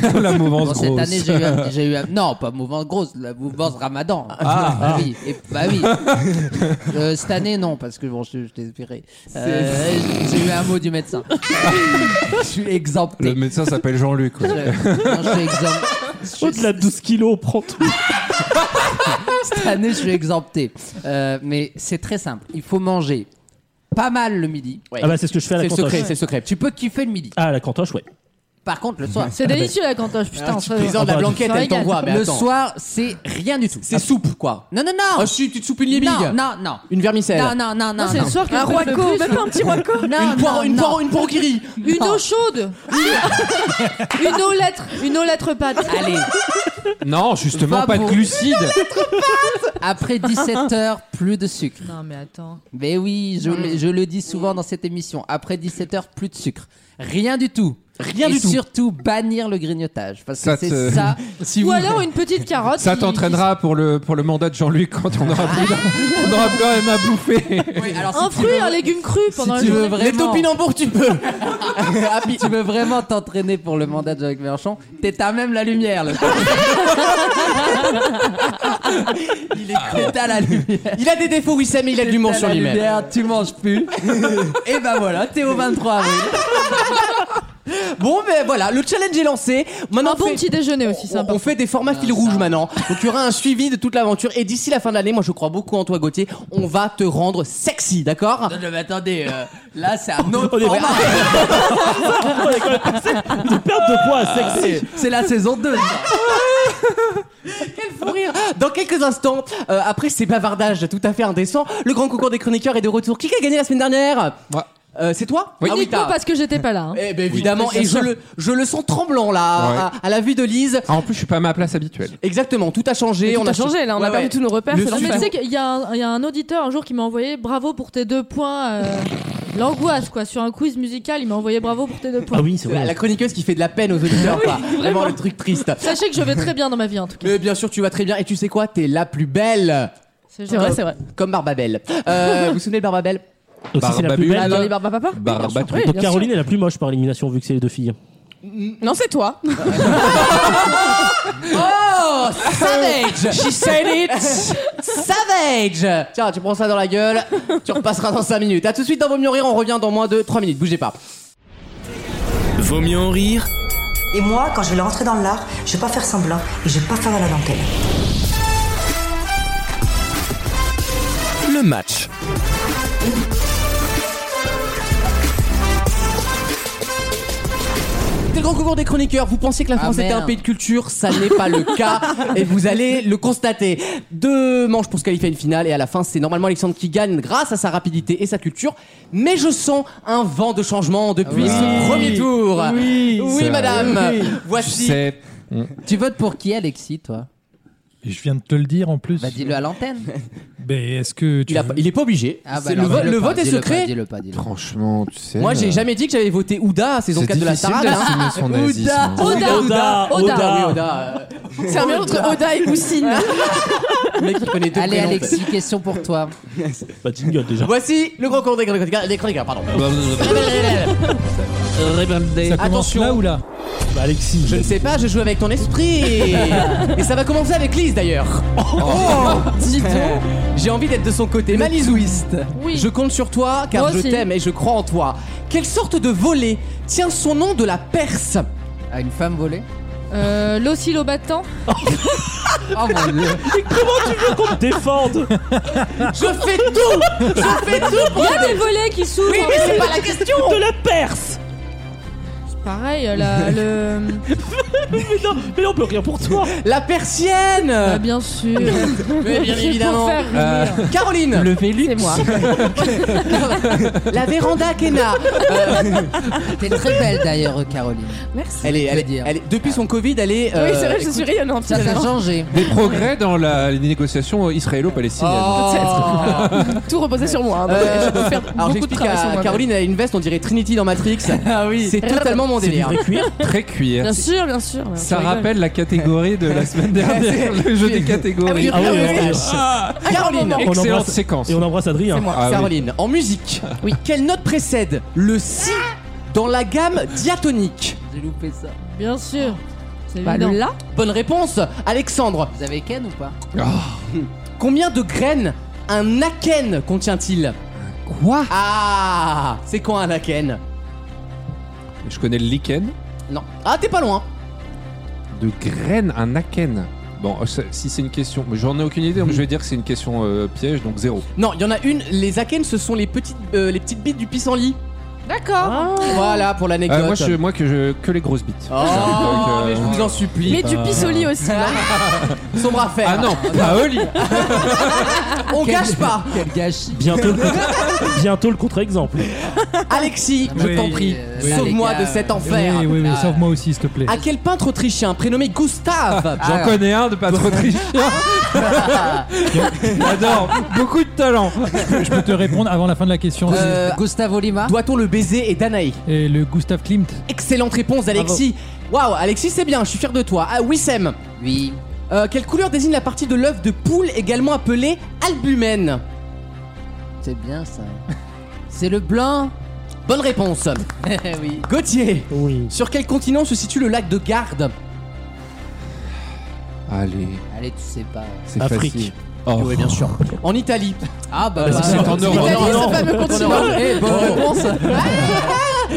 La mouvance Bon, cette grosse. année, j'ai eu, un- j'ai eu un- non pas mouvance grosse, la mouvance Ramadan. Ah, oui, et- bah oui. Euh, cette année non parce que bon, je, je t'ai espéré. Euh, j'ai eu un mot du médecin. je suis exempté. Le médecin s'appelle Jean-Luc. ouais. Je, non, je suis exempté. Au-delà de 12 kilos, on prend tout. Cette année, je suis exempté. Euh, mais c'est très simple. Il faut manger pas mal le midi. Ah bah, c'est ce que je fais à C'est la le cantoche. secret, c'est le secret. Tu peux kiffer le midi. Ah, à la cantoche, ouais. Par contre, le soir. C'est délicieux la cantoche, Ah, putain. on bah, se- Les heures de la blanquette, elle t'envoie, mais le attends. soir, c'est rien du tout. Ah, Oh, C'est soupe, quoi. Non, non, non. Ah si, tu te soupes une libigue. non, non, non. Une vermicelle. Non, non, non, non. c'est le soir que je pète le plus. un petit Non, non, Une poire, une non. poire, une poire guérie. Une eau chaude Une eau lettre Une eau lettre pâte Allez, Non, justement, Va pas de bon. glucides. après 17h, plus de sucre. Non mais attends. Mais oui, je, le- je le dis souvent dans cette émission. Après 17h, plus de sucre. Rien du tout. Rien Et du tout. surtout bannir le grignotage. Parce que Ça c'est te- ça. Si Ou vous- alors une petite carotte. Ça qui- t'entraînera pour le, pour le mandat de Jean-Luc quand on aura plus, d'un- on aura plus rien à bouffer. Oui, alors, qui- Un si tu fruit, veux- un légume cru pendant la tu veux journée. vraiment- Les topinambours, tu peux. Si tu veux vraiment t'entraîner pour le mandat de Jean-Luc Mélenchon, t'éteins même la lumière. le- Il est Ah. t'éteins la lumière. Il a des défauts, Wissem, mais il a de l'humour T'as sur la lui-même. Eh lumière, tu manges plus. Et ben voilà, t'es au 23 avril. Bon, ben voilà, le challenge est lancé. Maintenant, Un Ah bon fait- petit déjeuner aussi, on- sympa. On fait des formats fil rouge maintenant. Donc il y aura un suivi de toute l'aventure. Et d'ici la fin de l'année, moi je crois beaucoup en toi Gauthier, on va te rendre sexy, d'accord Non, mais attendez, euh, là c'est un autre On est format. De perdre de poids à sexy. Ah, C'est- C'est la saison 2. Pour rire. Dans quelques instants, euh, après ces bavardages tout à fait indécents, le grand concours des chroniqueurs est de retour. Qui a gagné la semaine dernière Moi, Euh, c'est toi Oui. Ah oui, Uniquement t'as. parce que j'étais pas là. hein. Eh ben évidemment, Oui, et bien je sûr. le, je le sens tremblant là, Ouais. à, à la vue de Lise. Ah, en plus, je suis pas à ma place habituelle. Exactement, tout a changé. Et on a changé là, on a Ouais, perdu ouais. tous nos repères. Le c'est Non, mais l'enfer. tu sais qu'il y, a un- il y a un auditeur un jour qui m'a envoyé bravo pour tes deux points. euh, L'angoisse, quoi. Sur un quiz musical, il m'a envoyé bravo pour tes deux points. Ah oui, c'est La, vrai. la chroniqueuse qui fait de la peine aux auditeurs, quoi. Vraiment le truc triste. Sachez que je vais très bien dans ma vie, en tout cas. Mais bien sûr, tu vas très bien. Et tu sais quoi T'es la plus belle. C'est C'est genre- vrai, c'est vrai. Comme Barbabel. Euh, vous vous souvenez de Barbabel Euh, Aussi, c'est la Barbe plus Babel. Ah, belle. dans les barba papa Barbe Oui, bien sûr. Babel. Oui, Donc bien sûr. Caroline est la plus moche par élimination vu que c'est les deux filles. Non, c'est toi. Oh Savage She said it Savage Tiens, tu prends ça dans la gueule, tu repasseras dans 5 minutes. À tout de suite dans Vos mieux en rire, on revient dans moins de 3 minutes, bougez pas. Vaut mieux en rire Et moi, quand je vais rentrer dans l'art, je vais pas faire semblant et je vais pas faire la dentelle. le match. C'était le grand concours des chroniqueurs, vous pensez que la Ah, France était un merde. pays de culture, ça n'est pas le cas, et vous allez le constater. Deux manches pour se qualifier à une finale, et à la fin, c'est normalement Alexandre qui gagne grâce à sa rapidité et sa culture, mais je sens un vent de changement depuis ce premier tour. Oui, Oui, ça- madame, Tu voici. sais, Tu votes pour qui, Alexis, toi Et je viens de te le dire en plus. Bah, dis-le à l'antenne. Mais Ben, est-ce que tu. Il, a pas- il est pas obligé. Ah, bah C'est le, vo- le vote est secret. Dis-le pas, dis-le. franchement, tu sais. Moi, j'ai euh, jamais dit que j'avais voté Ouda à saison C'est 4 de la hein. difficile Sarah. d'assumer son nazisme. Oda, Oda, Ah oui, Oda. Oda. euh, C'est un mélange entre Oda et Oussine. le mec qui connaît deux Allez, prénoms. Alexis, question pour toi. Bah, jingle déjà. Voici le grand cours des chroniqueurs. Des chroniqueurs, pardon. Ça commence Attention. là ou là Bah, Alexis. Je ne sais pas, je joue avec ton esprit. Et ça va commencer avec Lise d'ailleurs. Oh, dis donc. J'ai envie d'être de son côté. Malizouiste. Oui. Je compte sur toi car Moi je aussi. t'aime et je crois en toi. Quelle sorte de volée tient son nom de la Perse À une femme volée Euh, L'oscillobattant. Oh mon dieu. Qu'on te défende Je fais tout Je fais tout pour Il y a des volets qui s'ouvrent. Oui, mais c'est pas la question de la Perse. Pareil, euh, la, le. Mais non, mais on peut rien pour toi. La persienne Ah, bien sûr. Mais bien évidemment. Pour faire rire. euh, Caroline le Vélux. C'est moi. La véranda Kenna Euh, T'es très belle d'ailleurs, Caroline. Merci. elle, est, elle, Je veux est, dire. elle est- Depuis son Covid, elle est. Oui, euh, c'est vrai, je écoute, suis rayonnante. Ça a finalement. changé. Des progrès dans la, les négociations israélo-palestiniennes. oh. Tout reposait sur moi. hein, donc Euh, je peux faire Alors beaucoup de j'explique travail sur à moi-même. Caroline, elle a une veste, on dirait Trinity dans Matrix. Ah oui. C'est totalement mon délire. Très cuir. Bien sûr, bien sûr. Tu Ça rigoles. rappelle la catégorie de la semaine dernière, le jeu des catégories. Ah oui, oui, oui, oui. Caroline, on Excellente embrasse- séquence. Et on embrasse Adrien. Ah oui. Caroline, en musique, oui. quelle note précède le si dans la gamme diatonique J'ai loupé ça. Bien sûr. C'est Bah, évident. le là Bonne réponse, Alexandre. Vous avez Ken ou pas Ah, Combien de graines un akène contient-il Quoi Ah C'est quoi un akène Je connais le lichen. Non. Ah, t'es pas loin. De graines, un aken. Bon, ça- si c'est une question, mais j'en ai aucune idée, donc je vais dire que c'est une question euh, piège, donc zéro. Non, il y en a une. Les akènes, ce sont les petites, euh, les petites bites du pissenlit. D'accord. Voilà pour l'anecdote. Euh, moi, je, moi que, je, que les grosses bites. Oh, Donc, euh, mais je vous en supplie. Mais du pisoli aussi. non hein. Sombre affaire. Ah non, pas Oli On gâche pas. Quel gâchis. Bientôt le contre- bientôt le contre-exemple. Alexis, Ah, je oui, t'en prie, euh, là, sauve-moi les gars, de cet euh, enfer. Eh Oui, oui, oui, Ah. sauve-moi aussi, s'il te plaît. À quel peintre autrichien prénommé Gustave J'en connais un de pas trop trichien. J'adore, beaucoup de talent. Je peux te répondre avant la fin de la question. Euh, Gustavo Lima Doit-on le baiser et Danaï Et le Gustave Klimt. Excellente réponse, Alexis. Waouh, Alexis, c'est bien, je suis fier de toi. Ah, Wissem, Oui. euh, quelle couleur désigne la partie de l'œuf de poule également appelée albumène C'est bien ça. C'est le blanc. Bonne réponse. oui. Gauthier, Oui. sur quel continent se situe le lac de Garde Allez, Allez, tu sais pas. c'est Afrique. facile. Oui, bien sûr. En Italie. Ah bah, Ah, c'est en Europe. L'Italie, non, ce fameux continent. Eh, bonne réponse.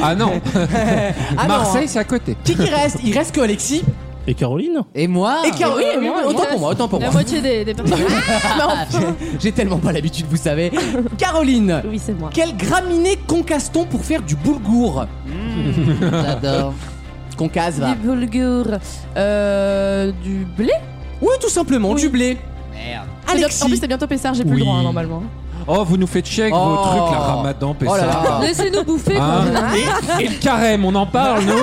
Ah non, Ah, non, Marseille, hein. c'est à côté. Qui qui reste Il reste que Alexis. Et Caroline Et moi Et Caro- oui, oui, oui, moi, oui, il autant reste pour moi, autant pour La moi. moitié des, des personnes. J'ai tellement pas l'habitude, vous savez. Caroline, Ah Oui, c'est moi. quelle graminée concasse-t-on pour faire du boulgour J'adore. Concase, va. Du boulgour. Euh, du blé Oui, tout simplement, du blé. Merde. Alexis. En plus, c'est bientôt Pessard, j'ai plus Oui. le droit hein, normalement. Oh, vous nous faites chier avec vos Oh. trucs, la ramadan, Pessah. Ah. Laissez-nous bouffer. quoi. Hein et, et le carême, on en parle, non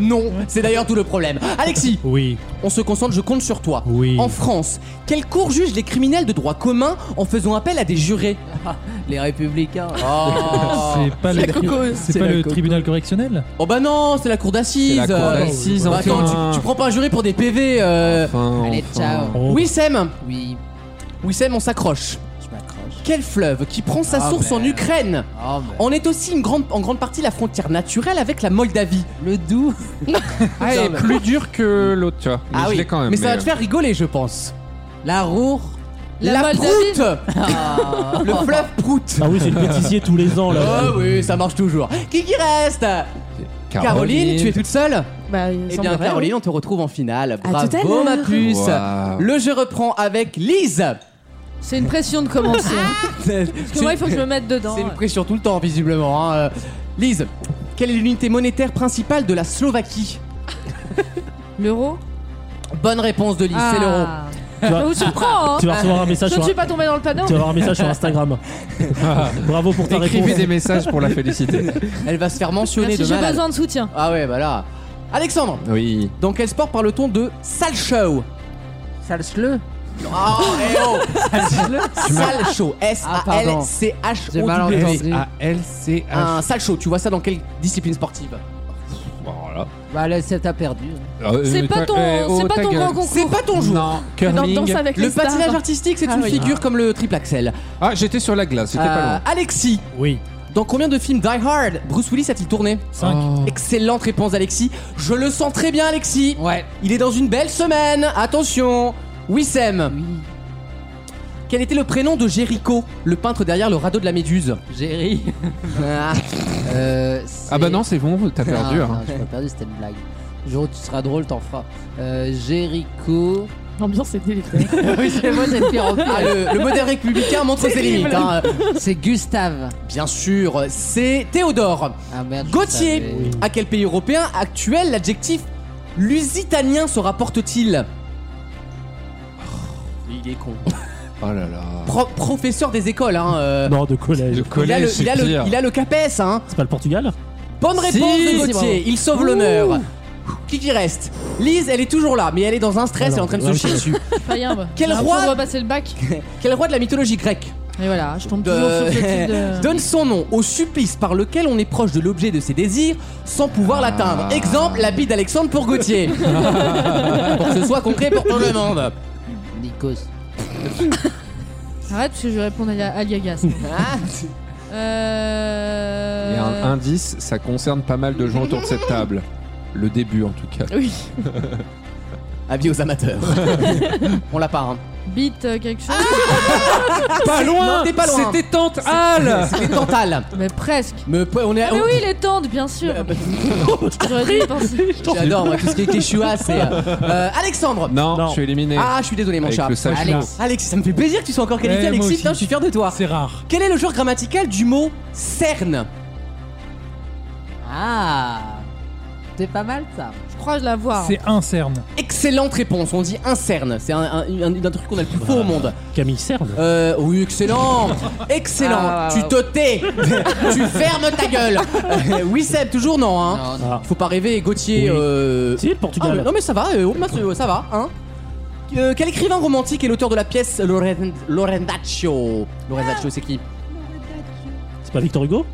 Non, c'est d'ailleurs tout le problème. Alexis Oui. On se concentre, je compte sur toi. Oui. En France, quelle cour juge les criminels de droit commun en faisant appel à des jurés Les républicains. C'est pas le, c'est pas le tribunal correctionnel Oh bah non, c'est la cour d'assises. C'est la cour euh, d'assises, bah enfin. attends, tu, tu prends pas un jury pour des PV. euh. Enfin, Allez, enfin. ciao. Oh. Wissem, Oui, Wissem, on s'accroche. je m'accroche. Quel fleuve qui prend sa Ah, source en merde. Ukraine Oh, mais- en est aussi une grande, en grande partie la frontière naturelle avec la Moldavie. Le doux. Ah, elle est plus dur que l'autre, tu vois. Mais je l'ai quand même. Ah mais ça va mais, te faire rigoler, je pense. La roue. La, La Moldavie. proute Le fleuve prout Ah oui, c'est le pétissier tous les ans là. Oh oui, ça marche toujours. Qui qui reste euh, Caroline, tu es toute seule Bah, il Eh hein. bien, semblerait, oui. Caroline, on te retrouve en finale. À tout à Bravo, ma l'heure. puce. Waouh. Le jeu reprend avec Lise. C'est une pression de commencer. hein. C'est Parce que moi, il faut que je me mette dedans. c'est une pression tout le temps, visiblement. hein. Euh, Lise, quelle est l'unité monétaire principale de la Slovaquie L'euro Bonne réponse de Lise, c'est l'euro. Ah. Tu Ça vas, vous surprend, hein tu vas recevoir un message Je sur ne suis tu pas tombé dans le panneau. vas avoir un message sur Instagram. Bravo pour ta Écrivez réponse. des messages pour la féliciter. Ah. Elle va se faire mentionner Merci, de j'ai malade. besoin de soutien. Ah ouais, bah là. Alexandre, Oui. dans quel sport parle-t-on de salchow Salche-le. Oh, eh oh Salchow, Ah, pardon. J'ai mal S-A-L-C-H-O-W. entendu. S-A-L-C-H. E. Un salchow, tu vois ça dans quelle discipline sportive Voilà. Bah, là, c'est t'as perdu. hein. Euh, C'est pas toi- ton, eh, oh, c'est pas ta ton gueule. grand C'est concours. pas ton jour. Non, Dans Danse curling. avec Le les stars. patinage artistique, c'est Ah une oui. figure comme le triple axel. Ah, j'étais sur la glace, c'était pas Euh, loin. Alexis, Oui. dans combien de films Die Hard Bruce Willis a-t-il tourné Oh. Excellente réponse d'Alexis. Je le sens très bien, Alexis. Ouais. Il est dans une belle semaine. Attention. Wissem. Quel était le prénom de Jericho, le peintre derrière le radeau de la Méduse J'ai ri. Euh, Ah bah non, c'est c'est bon, t'as perdu. Non, hein. non, j'ai pas perdu, c'était une blague. Le jour où tu seras drôle, t'en feras. Euh, Jericho. L'ambiance est délétère. oui, c'est moi, c'est le pire en Ah, pire. le, le modèle républicain montre ses limites. hein. C'est Gustave. Bien sûr, c'est Théodore. Ah merde. je Gauthier, savais. à quel pays européen actuel l'adjectif lusitanien se rapporte-t-il Il est con. Oh là là. professeur des écoles, hein. euh, Non, de collège. Le il, a collège, le, c'est il, a le- pire. il a le CAPES, hein. C'est pas le Portugal Bonne réponse Si, de si, Gauthier, il sauve l'honneur. Qui qui reste Lise, elle est toujours là, mais elle est dans un stress, elle est en train de se Alors, chier dessus. Païen, bah. Quel Après, roi On va passer le bac. Quel roi de la mythologie grecque Et voilà, je tombe De- toujours sur ce type de. donne son nom au supplice par lequel on est proche de l'objet de ses désirs sans pouvoir l'atteindre Exemple, la bille d'Alexandre pour Gauthier. pour que ce soit concret pour tout le monde. Nikos. Arrête, parce que je vais répondre à, Ya- à Liagas. Il y a un Euh... indice, ça concerne pas mal de gens autour de cette table. Le début en tout cas. Oui. Avis aux amateurs. on l'a pas, hein. Beat euh, quelque chose. Pas loin, t'es pas loin. C'était Tante Al C'était Tantale. Mais presque. Mais po- on est. Ah mais oui, les tentes, bien sûr. J'aurais dû y penser. on- J'adore, moi, tout ce qui est Quechua, c'est. euh, euh, Alexandre Non, Non. je suis éliminé. Ah, je suis désolé, mon Eh, Avec chat. le sage Alex- mot. Alexis, ça me fait plaisir que tu sois encore qualifié, Ouais, moi Alexis. aussi. Putain, je suis fier de toi. C'est rare. Quel est le genre grammatical du mot cerne Ah. C'est pas mal ça. Je crois que je la vois. hein. C'est un CERN. Excellente réponse, on dit un cerne. C'est un, un- un- un truc qu'on a le plus faux au monde. Camille Cerne Euh, oui, excellent, excellent. Ah, ouais, tu te tais, tu fermes ta gueule. Euh, oui, Seb, toujours non. Hein. Non, non. Ah. Faut pas rêver, Gauthier. Oui. euh, Si, le Ah, mais- Portugal. non mais ça va, euh, oh, mince, euh, ça va, hein Euh, Quel écrivain romantique est l'auteur de la pièce Loren- Lorenzaccio Lorenzaccio c'est qui C'est pas Victor Hugo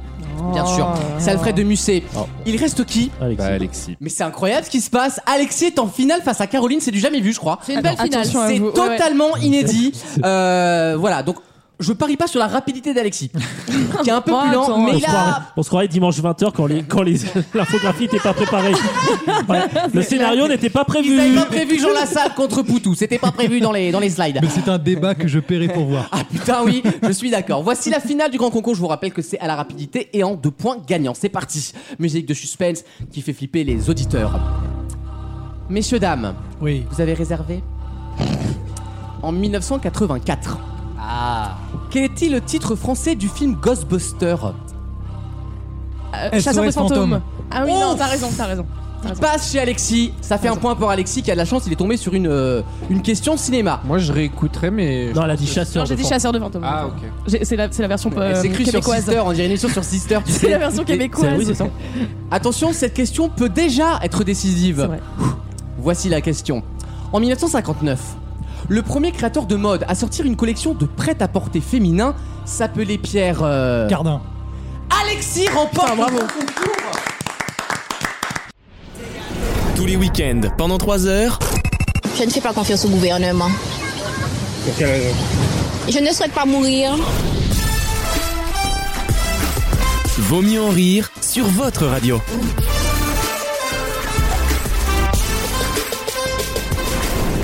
Bien sûr, c'est Alfred de Musset. Il reste qui Alexis. Bah Alexis. Mais c'est incroyable ce qui se passe. Alexis est en finale face à Caroline, c'est du jamais vu je crois. C'est une belle finale. attention à C'est vous. Ouais, ouais. totalement inédit. Euh, voilà, donc je parie pas sur la rapidité d'Alexis, qui est un peu Bon, plus lent, Oh, attends, Oh, mais on, il se a... croirait, on se croirait dimanche 20h quand les- quand les- l'infographie n'était pas préparée. Ouais, le scénario n'était pas Ils prévu. avaient pas prévu Jean Lassalle contre Poutou, c'était pas prévu dans les, dans les slides. Mais c'est un débat que je paierai pour voir. Ah putain oui, je suis d'accord. Voici la finale du grand concours. Je vous rappelle que c'est à la rapidité et en deux points gagnants. C'est parti. Musique de suspense qui fait flipper les auditeurs. Messieurs dames, Oui. vous avez réservé en 1984. Ah. Quel était le titre français du film Ghostbuster Chasseur de SOS fantômes. fantôme. Ah oui, Oh non, t'as raison, t'as raison. Il passe chez Alexis. Ça fait un point pour Alexis qui a de la chance. Il est tombé sur une, euh, une question cinéma. Moi, je réécouterai, mais. Non, elle a dit chasseur. Non, j'ai dit chasseur de fantômes. Ah, ok. J'ai- C'est la, c'est la version euh, C'est écrit sur québécoise. Sister. On dirait une émission sur Sister. tu C'est sais. la version québécoise. Oui, c'est ça. Attention, cette question peut déjà être C'est décisive. vrai. Voici la question. En 1959, le premier créateur de mode à sortir une collection de prêt-à-porter féminin s'appelait Pierre. euh, Cardin. Alexis remporte Tous les week-ends, pendant 3 heures. Je ne fais pas confiance au gouvernement. Je ne souhaite pas mourir. Vaut mieux en rire sur votre radio.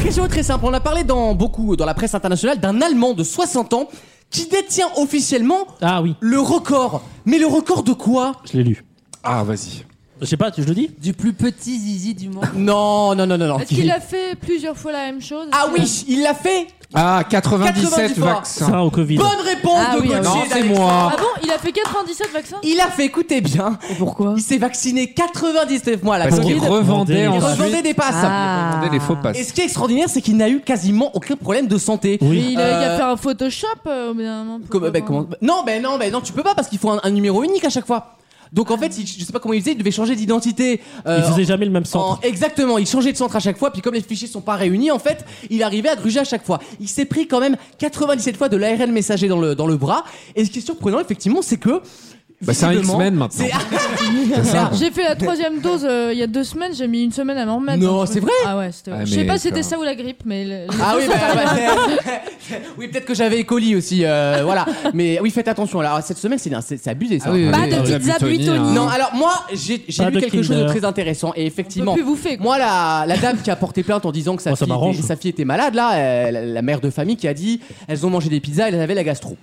Question très simple. On a parlé dans beaucoup, dans la presse internationale, d'un Allemand de 60 ans qui détient officiellement Ah oui, le record. Mais le record de quoi je l'ai lu. Ah, vas-y. Je sais pas, tu- je le dis Du plus petit zizi du monde. Non, non, non, non, non. Est-ce qu'il a fait plusieurs fois la même chose Ah oui, il l'a fait. Ah, 97 97 Ça vaccins. au Covid. Bonne réponse Ah de oui, ah oui. Gauthier Non, c'est d'Alexandre. moi. Ah bon, il a fait 97 vaccins Il a fait, écoutez bien, Pourquoi il s'est vacciné 99 mois à la Parce Covid. qu'il revendait Il Il ensuite. Ah. revendait des passes. Il revendait les faux passes. Et ce qui est extraordinaire, c'est qu'il n'a eu quasiment aucun problème de santé. Mais il a, il Euh, a fait un Photoshop euh, au bout d'un moment. pour Comme- bah, voir. comment- bah, Non, ben non, ben non, tu peux pas parce qu'il faut un, un numéro unique à chaque fois. Donc en fait, il- je sais pas comment il faisait, il devait changer d'identité. euh, Il faisait jamais le même en- centre. exactement, il changeait de centre à chaque fois, puis comme les fichiers sont pas réunis, en fait, il arrivait à gruger à chaque fois. Il s'est pris quand même 97 fois de l'ARN messager dans le, dans le bras. Et ce qui est surprenant, effectivement, c'est que. Bah, c'est un visiblement, X-Men maintenant. c'est- ça. J'ai fait la troisième dose euh, il y a deux semaines, j'ai mis une semaine à m'en remettre. Non, Un truc. c'est vrai Ah ouais, c'était. Ah, je sais mais pas si c'était quand- ça ou la grippe, mais. le- les Ah deux oui, sont bah, arrivés. bah, c'est- oui peut-être que j'avais E. coli aussi, euh, voilà. Mais oui, faites attention. Alors cette semaine, c'est c'est- c'est abusé ça. Ah oui, oui. Ah, Pas mais de la petites butonie, hein. Non, alors moi, j'ai j'ai Pas lu de quelque chose de Kinder. très intéressant et On peut effectivement. plus vous faire. Moi, la, la dame qui a porté plainte en disant que sa, Moi, ça fille, m'arrange. était, sa fille était malade, là, euh, la, la mère de famille qui a dit elles ont mangé des pizzas, elles avaient la gastro.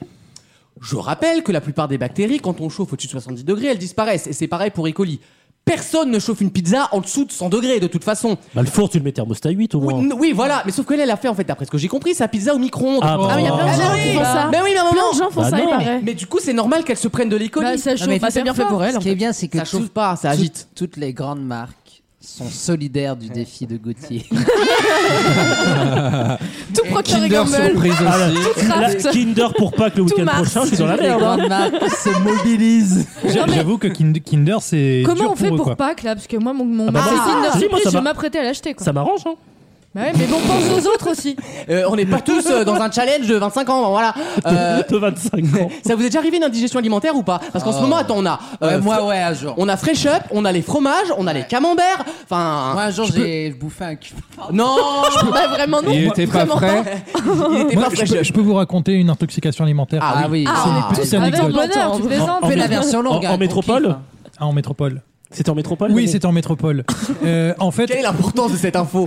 Je rappelle que la plupart des bactéries, quand on chauffe au-dessus de 70 degrés, elles disparaissent. Et c'est pareil pour E. coli. Personne ne chauffe une pizza en dessous de 100 degrés, de toute façon. Bah, le four, tu le mets thermostat 8 au Oh. Oui, moins. n- oui, voilà, mais sauf que là, elle a fait, en fait, d'après ce que j'ai compris, sa pizza au micro-ondes. Ah, bah, Ah, mais il y a plein de Ah, gens bah qui oui. font ça. Ben oui, mais à un Plein moment- de gens Ah, font Bah ça, il non. paraît. Mais du coup, c'est normal qu'elle se prenne de l'e. coli. Bah, ça Non, mais chauffe. c'est bien fait pour elle. Ce qui est bien, c'est que ça tout- chauffe pas, ça tout- agite. toutes les grandes marques sont solidaires du défi de Gauthier. Tout Procter et Kinder Gamble. surprise Ah, là, aussi. Kraft. là, Kinder pour Pâques le week-end Mars. prochain, je suis dans la les merde. hein. grandes marques se mobilisent. Non, mais- J'avoue que Kind- Kinder, c'est. dur Comment on fait eux, pour quoi. Pâques là Parce que moi, mon, mon Ah bah, mon moi, magazine de si, moi, surprise, ça je m'a- m'apprêtais à l'acheter quoi. Ça m'arrange, hein. Bah ouais, mais bon, pense aux autres aussi. Euh, on n'est pas tous euh, dans un challenge de 25 ans, voilà. Euh, De 25 ans. ça vous est déjà arrivé une indigestion alimentaire ou pas Parce qu'en ce Oh. moment, attends, on a. euh, Ouais, fr- moi, ouais, un jour. On a Fresh Up, on a les fromages, on a les camemberts, enfin. Moi, un jour, je peux- j'ai bouffé un cul. Non Bah vraiment non. Il était pas Vraiment prêt. Il était Moi, pas je, Fresh peux, Up. je peux vous raconter une intoxication alimentaire Ah oui. Ah, C'est- ouais. c'est une Avec un anecdote bonheur, tu plaisantes. On fait la métro- version longue, en- hein, en qu'on kiffe, métropole hein. Ah, en métropole. C'était en métropole Oui, mais- c'était en métropole. Euh, en fait, Quelle est l'importance de cette info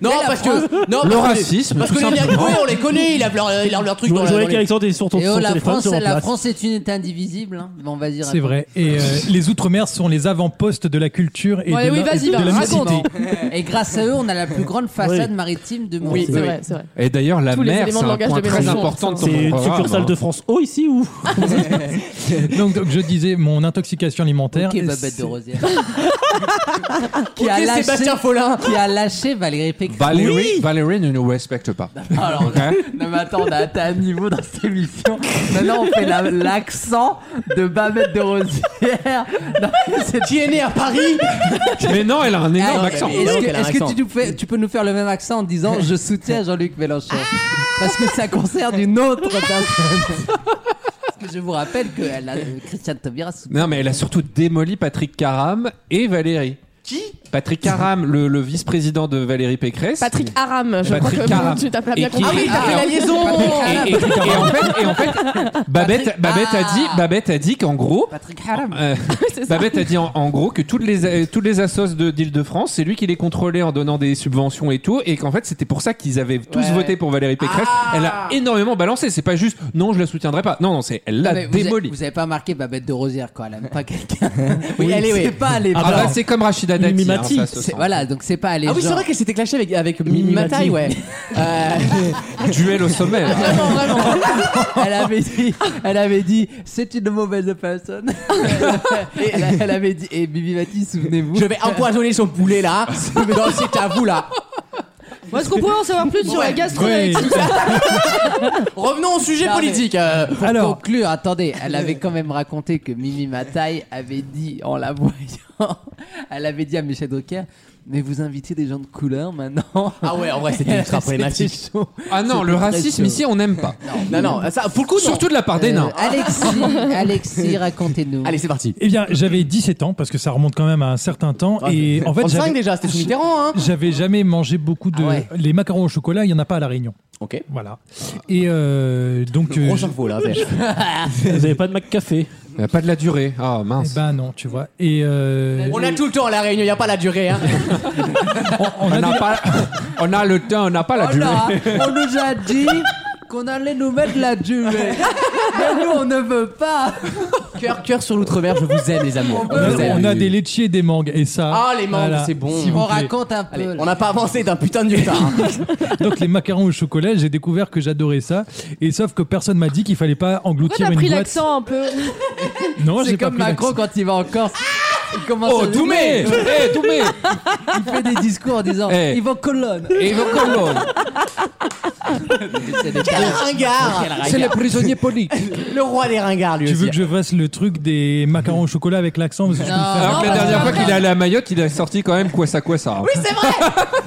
Non, parce que. Non, parce Le que- racisme, Parce tout que les simplement. Niagara, on les connaît, ils ont leur, ils lavent leur truc Je dans vois la. dans avec les- Alexandre et sur ton Et oh, son la téléphone, France, sur la place. France est une est indivisible. hein. Bon, on va dire. c'est vrai. Et euh, les Outre-mer sont les avant-postes de la culture et Ouais, de oui, la, vas-y, de va, la raconte. mixité. Et grâce à eux, on a la plus grande façade Oui. maritime du monde. Oui, C'est vrai, c'est vrai. Et d'ailleurs, la Tous les mer, éléments c'est de un langage de point très Mélenchon important de sont- ton C'est une programme, succursale hein. de France O ici ou Donc, donc, je disais, mon intoxication alimentaire. Ok, et Babette c'est- de Rosière. qui, a Ok, Sébastien lâché, Follin qui a lâché Valérie Pécresse. Ah, Valérie, Valérie ne nous respecte pas. Alors, Ok Non mais attends, on a atteint un niveau dans cette émission. Maintenant, on fait la- l'accent de Babette de Rosière. Non, mais c'est- Qui est né à Paris Mais non, elle a un énorme Ah, accent. mais- Est-ce oui, que, qu'elle a un est-ce que accent. tu, nous fais- tu peux nous faire le même accent en disant je soutiens Jean-Luc Mélenchon Parce que ça concerne une autre personne. Parce que je vous rappelle que elle a, euh, Christiane Taubira soutient- Non, mais elle a surtout démoli Patrick Caram et Valérie. Qui Patrick Caram, le, le vice-président de Valérie Pécresse. Patrick Aram, je crois Patrick que Aram. tu t'as pas Et bien qui- Ah oui, compris. t'as fait la Alors- liaison Ah Et, et- et en fait, et en fait, Ah. Babette, Babette a dit, Babette a dit qu'en gros, Patrick Haram. euh, C'est ça. Babette a dit en, en gros que toutes les euh, toutes les assos de d'Île-de-France, c'est lui qui les contrôlait en donnant des subventions et tout, et qu'en fait c'était pour ça qu'ils avaient tous Ouais. voté pour Valérie Pécresse. Ah. Elle a énormément balancé. C'est pas juste, non, je la soutiendrai pas. Non, non, c'est elle Non, l'a Ah, Ah mais vous, avez, démoli. vous avez pas marqué Babette de Rosière quoi, elle aime pas quelqu'un. Oui, elle est- C'est oui. pas les Ah bah, c'est comme Rachida Dati. Mimi Mati. C'est- Voilà, donc c'est pas les Ah oui, c'est gens. vrai qu'elle s'était clashée avec, avec Mimi Matai, ouais. Duel au sommet. là. elle avait dit, elle avait dit, c'est une mauvaise personne. elle, a- elle avait dit, et Bibi Mati, souvenez-vous. Je vais empoisonner son poulet là. dans cet avou là. Bon, Est-ce qu'on pourrait en savoir plus sur la gastronomie Revenons au sujet Non, mais- politique. euh, Pour Alors. conclure, attendez, elle avait quand même raconté que Mimi Mataille avait dit, en la voyant, elle avait dit à Michel Drucker, mais vous invitez des gens de couleur maintenant. Ah ouais, en vrai, c'était ultra problématique. C'était chaud. Ah non, le racisme ici, on n'aime pas. Non, non, ça, pour le coup, non. Surtout de la part des nains. Euh, Alexis, Alexis, racontez-nous. Allez, c'est parti. Eh bien, j'avais 17 ans, parce que ça remonte quand même à un certain temps. Ah, Et en fait, 35 j'avais- déjà, c'était sous Mitterrand, hein. j'avais jamais mangé beaucoup de. Ah ouais. Les macarons au chocolat, il n'y en a pas à La Réunion. Ok. Voilà. Et euh, donc. euh, Gros cerveau là. c'est- Vous avez pas de McCafé. Euh, Pas de la durée. Ah eh mince. ben non, tu vois. Et euh, On a tout le temps à la réunion, il n'y a pas la durée. Hein. on, a pas- on a le temps, on n'a pas la Oh durée. là, on nous a dit qu'on allait nous mettre la durée. Mais nous, on ne veut pas. cœur, cœur sur l'outre-mer, je vous aime les amours. on a, on a des laitiers et des mangues. Et ça. Ah les mangues, voilà. c'est bon. Si vous On plaît. raconte un peu. Allez, là. on n'a pas avancé d'un putain de hein. tard. Ah. Donc les macarons au chocolat, j'ai découvert que j'adorais ça. Et sauf que personne m'a dit qu'il fallait pas engloutir Pourquoi t'as une pris boîte. l'accent un peu Non, j'ai C'est pas comme pris Macron l'accent. quand il va en Corse. Il commence Oh, à Doumé Eh, Doumé Il fait des discours en disant Eh. Ils vont colonne. Et le colon. C'est des Quel ringard C'est le prisonnier politique. Le roi des ringards lui Tu veux aussi. que je fasse le truc des macarons au chocolat avec l'accent parce que je peux le Non. Ah, faire. Alors que Ah, la parce dernière fois qu'après- qu'il est allé à Mayotte, il a sorti quand même quoi ça quoi ça. Oui c'est vrai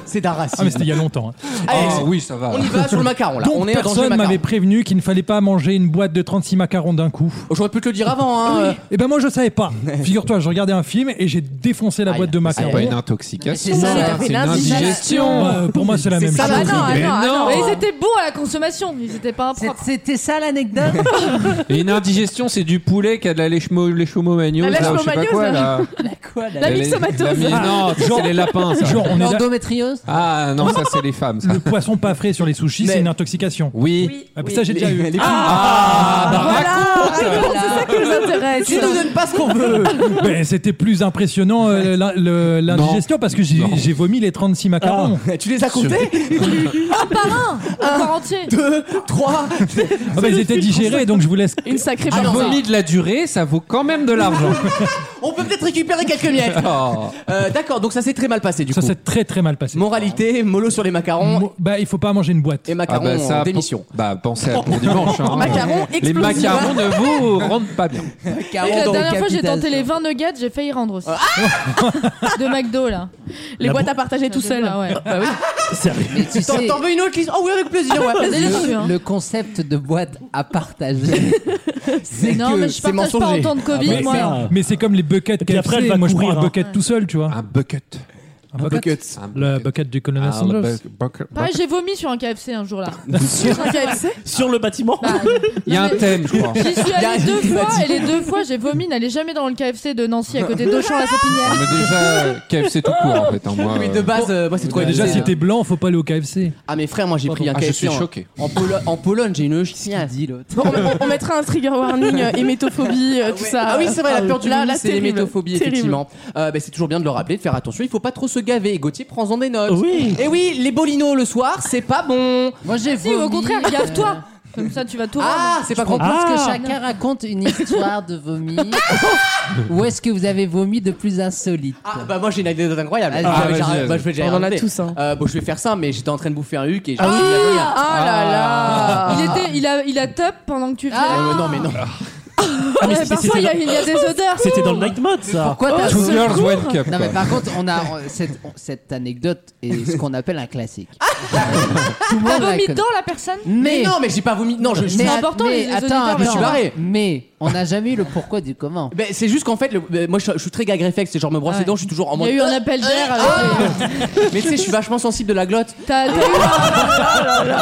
C'est d'un racisme. Ah mais c'était il y a longtemps. hein. Allez, Ah c'est- oui, ça va. On y va sur le macaron là. Donc on est dans le personne macaron. m'avait prévenu qu'il ne fallait pas manger une boîte de 36 macarons d'un coup. Oh, J'aurais pu te le dire avant. Hein. euh. Eh ben moi je savais pas. Figure-toi, je regardais un film et j'ai défoncé la Aïe. boîte de C'est pas macarons. une intoxication. C'est ça, c'est une indigestion. Bah, pour moi c'est la C'est même ça, chose. la- non, Mais ah non. non. Oh. Mais ils étaient bons à la consommation, ils étaient pas C'est- impropres. C'était ça l'anecdote Et une indigestion, c'est du poulet qui a de la lèche-mo- léchomomaniose. La là, ou je sais pas léchomomaniose, quoi, là. là. La quoi la- La La myxomatose. la- Non, ça, c'est les lapins, ça. Genre on est là- L'endométriose Ah non, ça, c'est les femmes, ça. le poisson pas frais sur les sushis, Mais- c'est une intoxication. Oui. Ah, ça j'ai déjà eu. Ah, bah, Oh, raconte. ça qui nous intéresse. Tu nous donnes pas ce qu'on veut. Ben, c'était plus impressionnant euh, la- le- l'indigestion parce que j'ai Non. Ah. j'ai vomi les 36 macarons. tu les as comptés Un corps entier. Deux, trois. Ah, ben, ils étaient digérés donc je vous laisse. Une sacrée Un force. ah, vomi de la durée, ça vaut quand même de l'argent. On peut peut-être récupérer quelques miettes. Oh. Euh, D'accord, donc ça s'est très mal passé du Ça coup. s'est très très mal passé. Moralité, mollo sur les macarons Mo- Bah il faut pas manger une boîte. et macarons bah, ça, en démission. pour- Bah pensez à pour dimanche. hein. Macarons les explosifs. macarons ne vous rendent pas bien. Et Macaron la dans dernière fois, j'ai capital. tenté les 20 nuggets, j'ai failli rendre aussi. de McDo là. Les boîtes à partager tout seul. Ah ouais. Mais tu T'en sais, t'en veux une autre Lise Oh oui, avec plaisir. ouais. Vas-y, dessus, hein. le concept de boîte à partager, c'est Non, que mais je c'est partage pas en mensonger. temps de Covid, mais, moi. c'est- mais c'est comme les buckets Et puis après, elle KFC. va Moi je courir, prends un hein. bucket tout seul tu vois. Un bucket. Un Un bucket. bucket. Un Le bucket. bucket du colonel Ah, le Sanders. bu- bucket- Pareil, bucket. j'ai vomi sur un KFC un jour là. Un KFC. Sur le bâtiment Bah, Il y a un thème, je crois. J'y suis Y a- allée deux il a fois dit- et les deux fois j'ai vomi, n'allez jamais dans le KFC de Nancy à côté d'Auchan la Ah, Sapinière. mais déjà, KFC tout court en fait. hein, moi, Mais euh, de base, euh, moi c'est trop Ouais, bah, déjà, abusé, si hein. t'es blanc, faut pas aller au KFC. Ah, mais frère, moi j'ai pris un ah, je KFC suis en- choqué. en Polo- en Pologne, j'ai une chienne. dit l'autre. Bon, on, on mettra un trigger warning, euh, hémétophobie, euh, tout ça. Ah oui, c'est vrai, la peur du Là, vomi, là, c'est terrible. l'hémétophobie, Terrible. effectivement. Euh, bah, c'est toujours bien de le rappeler, de faire attention, il faut pas trop se gaver. Et Gauthier, prends-en des notes. Oui. Et oui, les bolinos le soir, c'est pas bon. Moi j'ai Si, au vomi, contraire, euh, gaffe-toi. Comme ça, tu vas tout Ah, rendre. c'est pas Je con. propose que Ah. chacun raconte une histoire de vomi. Où est-ce que vous avez vomi de plus insolite Ah, bah moi j'ai une anecdote incroyable. Ah, J'avais vas-y, déjà- vas-y. bah, je vais déjà On en a raconter. tous, hein. Euh, bon, je vais faire ça, mais j'étais en train de bouffer un huc et j'ai Ah vomi à oui, venir. ah là là. Il, était, il, a, il a top pendant que tu faisais. Euh, non, mais non. Ah, Ouais, mais c'était- parfois, c'était il y, a- dans- il y a des odeurs. c'était dans le night mode ça. Pourquoi t'as Two vomi girls, one cup. Non mais quoi. par contre, on a on- cette, on- cette anecdote est ce qu'on appelle un classique. Tout le T'as monde la vomi connaît. dedans la personne Mais, Mais non, mais j'ai pas vomi. Non, je. je- mais c'est a- important, mais les attends, auditeurs, je me suis attends. barré. Mais on n'a jamais eu le pourquoi du comment. Ben, c'est juste qu'en fait, le- ben, moi je, je suis très gag réflexe, c'est genre me brosser Ouais. les dents, je suis toujours en Il y mode. a eu un appel d'air. Ah euh, mais tu sais, je suis vachement sensible de la glotte. T'as t'as eu,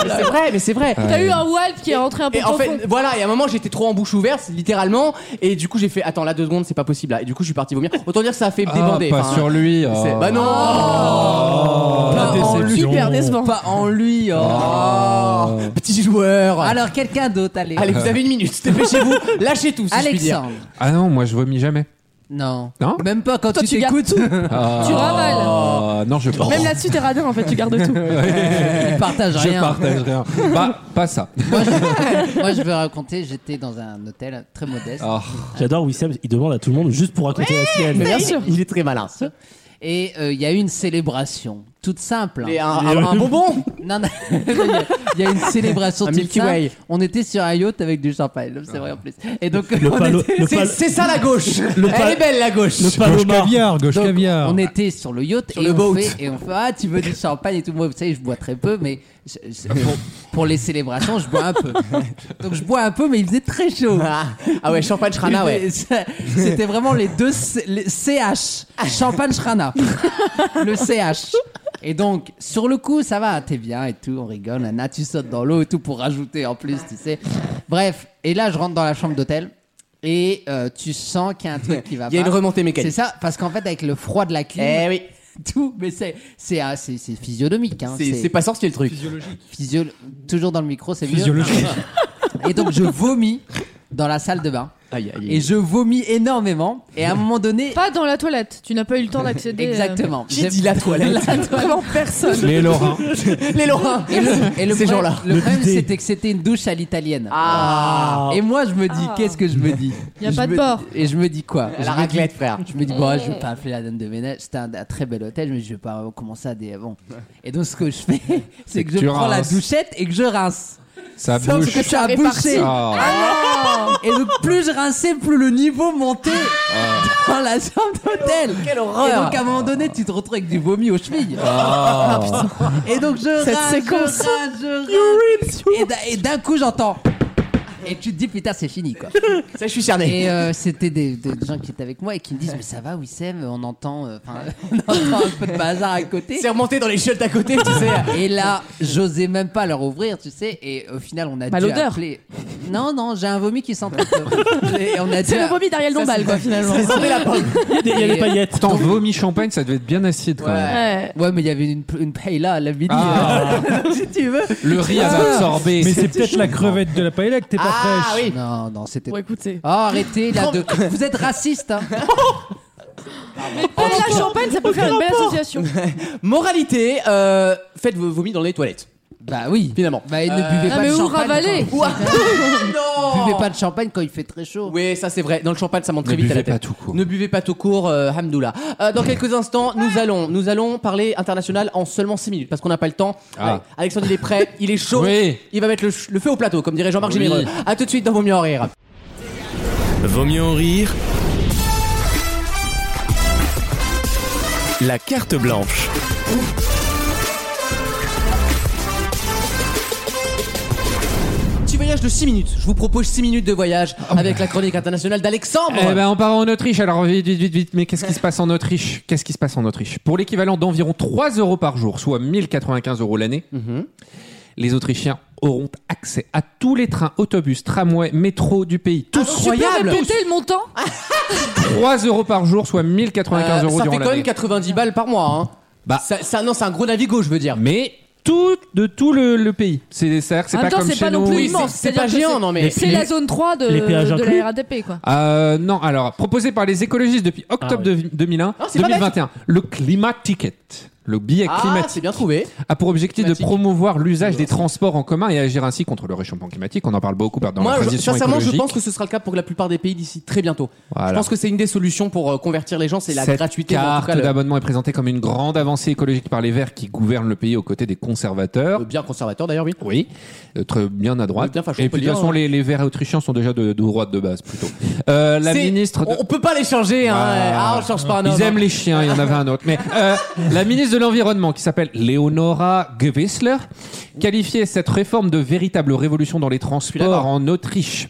Mais c'est vrai, mais c'est vrai. t'as eu un wild qui est rentré un peu Et en Ah. profond. fait, voilà, et à un moment j'étais trop en bouche ouverte, littéralement, et du coup j'ai fait attends là deux secondes, c'est pas possible là, et du coup je suis parti vomir. Autant dire que ça a fait Ah, débander. pas enfin, hein. sur lui. oh. c'est- Bah non la Pas en lui. déception. Hyper décevant. Pas en lui. oh. Oh, Petit joueur Alors quelqu'un d'autre, allez. Allez, vous avez une minute, dépêchez-vous, lâchez tout si je puis dire. Alexandre. Ah non, moi je vomis jamais. Non. Non Même pas quand Toi, tu tu gardes t'écoutes. Ah. Tu ravales. Euh, Non, je pense. Même là-dessus, t'es radin en fait, tu gardes tout. Il partage Je rien. partage rien. Bah, pas ça. Moi, je veux raconter, j'étais dans un hôtel très modeste. Ah. J'adore Wissem, il demande à tout le monde juste pour raconter la sienne. bien sûr. Il est très malin. Et euh, il y a eu une célébration, toute simple. hein. Et un, un- un bonbon Non, non, il y a une célébration Un toute Milky simple. Way. On était sur un yacht avec du champagne, c'est vrai en plus. Et donc, Le on palo- était- le C'est pal- c'est ça la gauche Elle pal- est belle la gauche le Gauche palomar. caviar, gauche Donc, caviar. On était sur le yacht et, le on boat. Fait, et on fait Ah, tu veux du champagne et tout. Moi, vous savez, je bois très peu, mais je- Ah je- pour, pour les célébrations, je bois un peu. Donc, je bois un peu, mais il faisait très chaud. Ah, ah ouais, champagne Shrana, ouais. Il faisait- C'était vraiment les deux C- les CH. Champagne Shrana. le CH. Et donc, sur le coup, ça va, t'es bien et tout, on rigole, Anna, tu sautes dans l'eau et tout pour rajouter en plus, tu sais. Bref, et là, je rentre dans la chambre d'hôtel et euh, tu sens qu'il y a un truc qui va Il y a une pas. remontée mécanique. C'est ça, parce qu'en fait, avec le froid de la clim, Eh oui, tout, mais c'est c'est ah, c'est- c'est physionomique. Hein, c'est c'est pas sorti le truc. physio- toujours dans le micro, c'est mieux. Physiologique. Et donc, je vomis dans la salle de bain. Aïe, aïe, aïe. Et je vomis énormément. Et à un moment donné, Pas dans la toilette, tu n'as pas eu le temps d'accéder. euh, exactement. Qui J'ai- dit la toilette Vraiment personne. Les Lorrains. Les Lorrains Et le, et le Ces problème- gens-là. le Le problème, bidet. c'était que c'était une douche à l'italienne. Ah Et moi, je me dis, Ah. qu'est-ce que je me dis Y a Je pas de me- bord. Et je me dis quoi Je La me raclette, frère. dis- Ah. Je me dis, bon, je vais pas appeler la dame de ménage. C'était un, un très bel hôtel, mais je vais pas commencer à des. Bon. Et donc, ce que je fais, c'est que que je tu prends la rinces. douchette et que je rince. Ça Sauf bouge. que je suis à fait boucher. Ah. Et donc, plus je rinçais, plus le niveau montait Ah. dans la chambre d'hôtel. Quelle horreur Et donc, à un moment donné, tu te retrouves avec du vomi aux chevilles. Ah. Ah, Et donc, je rince, Cette je séquence. rince, je rince. Et d'un- Et d'un coup, j'entends. Et tu te dis, putain, c'est fini, quoi. Ça, je suis cerné. Et euh, c'était des, des gens qui étaient avec moi et qui me disent, mais ça va, Wissem, on entend, euh, enfin, on entend un peu de bazar à côté. C'est remonté dans les chiottes d'à côté, tu sais. Et là, j'osais même pas leur ouvrir, tu sais. Et au final, on a Bah, dû l'odeur. appeler. Non, non, j'ai un vomi qui sent un peu. Et on a dû. C'est le vomi d'Ariel Dombal, quoi, finalement. Ça sentait la pomme. Il y a des paillettes. Pourtant, vomi champagne, ça devait être bien acide quand même. Ouais. Ouais, mais il y avait une, une paella à la midi. Ah. si tu veux. Le riz a absorbé. Mais c'est peut-être la crevette de la paella que t'es pas Ah fraîche. oui Non, non, c'était. Bon, écoutez. Oh, arrêtez là de. Vous êtes raciste, hein. Et la champagne, ça peut faire une belle association. Ah, Moralité, euh, faites vos vomis dans les toilettes, Bah oui. finalement. Bah, et ne Euh, buvez Non, pas mais de où champagne. ravaler quand- non Oh. Buvez pas de champagne quand il fait très chaud. Oui, ça c'est vrai. Dans le champagne, ça monte très Ne vite à la buvez pas tête. tout court. Ne buvez pas tout court, euh, Hamdoullah. Euh, dans quelques instants, nous allons, nous allons parler international en seulement 6 minutes parce qu'on n'a pas le temps. Ah. Ouais, Alexandre, il est prêt, il est chaud. Oui. Il va mettre le, ch- le feu au plateau, comme dirait Jean-Marc Oui. Géméreux. A tout de suite dans Vos mieux en rire. Vaut mieux en rire. La carte blanche. Petit voyage de 6 minutes. Je vous propose 6 minutes de voyage avec la chronique internationale d'Alexandre. Ah, bah. Eh ben, on part en Autriche. Alors, vite, vite, vite, vite. Mais qu'est-ce qui se passe en Autriche Qu'est-ce qui se passe en Autriche Pour l'équivalent d'environ 3 euros par jour, soit 1095 euros l'année, Mhm. les Autrichiens auront accès à tous les trains, autobus, tramways, métro du pays. Tous Incroyable. Péter le montant Ah. 3 euros par jour, soit 1095 Euh, euros ça durant fait quand l'année. même 90 balles par mois. Hein. Bah. Ça- ça- non, c'est un gros navigo, je veux dire. Mais tout, de tout le, le pays. C'est c'est-à-dire que c'est En pas même temps, comme c'est chez pas non nous. plus Oui, immense. Ah, c'est- c'est C'est-à-dire pas que géant, non, mais- C'est Les- la zone 3 de, les péages de inclus la RATP, quoi. Euh, non, alors proposé par les écologistes depuis octobre Ah de- 2001, Ah, c'est pas 2021, le climat ticket, le billet Ah, climatique, c'est bien trouvé. a pour objectif de Climatique. promouvoir l'usage des transports en commun et agir ainsi contre le réchauffement climatique. On en parle beaucoup dans Moi, la je- transition sincèrement, je écologique. pense que ce sera le cas pour la plupart des pays d'ici très bientôt. Je Voilà. pense que c'est une des solutions pour euh, convertir les gens, c'est la Cette gratuité. mais en tout carte cas, le- d'abonnement est présentée comme une grande avancée écologique par les Verts qui gouvernent le pays aux côtés des conservateurs. le bien conservateur d'ailleurs, oui. Oui, être bien à droite. Oui, bien facho, et on peut puis de le dire, toute façon, hein. les, les Verts autrichiens sont déjà de, de droite de base plutôt. Euh, la C'est- ministre. de- On, on peut pas les changer. Hein. Ah. Ah, on change pas un homme. Ils aiment les chiens, il y en avait un autre. Mais euh, la ministre de l'Environnement, qui s'appelle Leonora Gewissler, qualifiait cette réforme de véritable révolution dans les transports d'accord. en Autriche.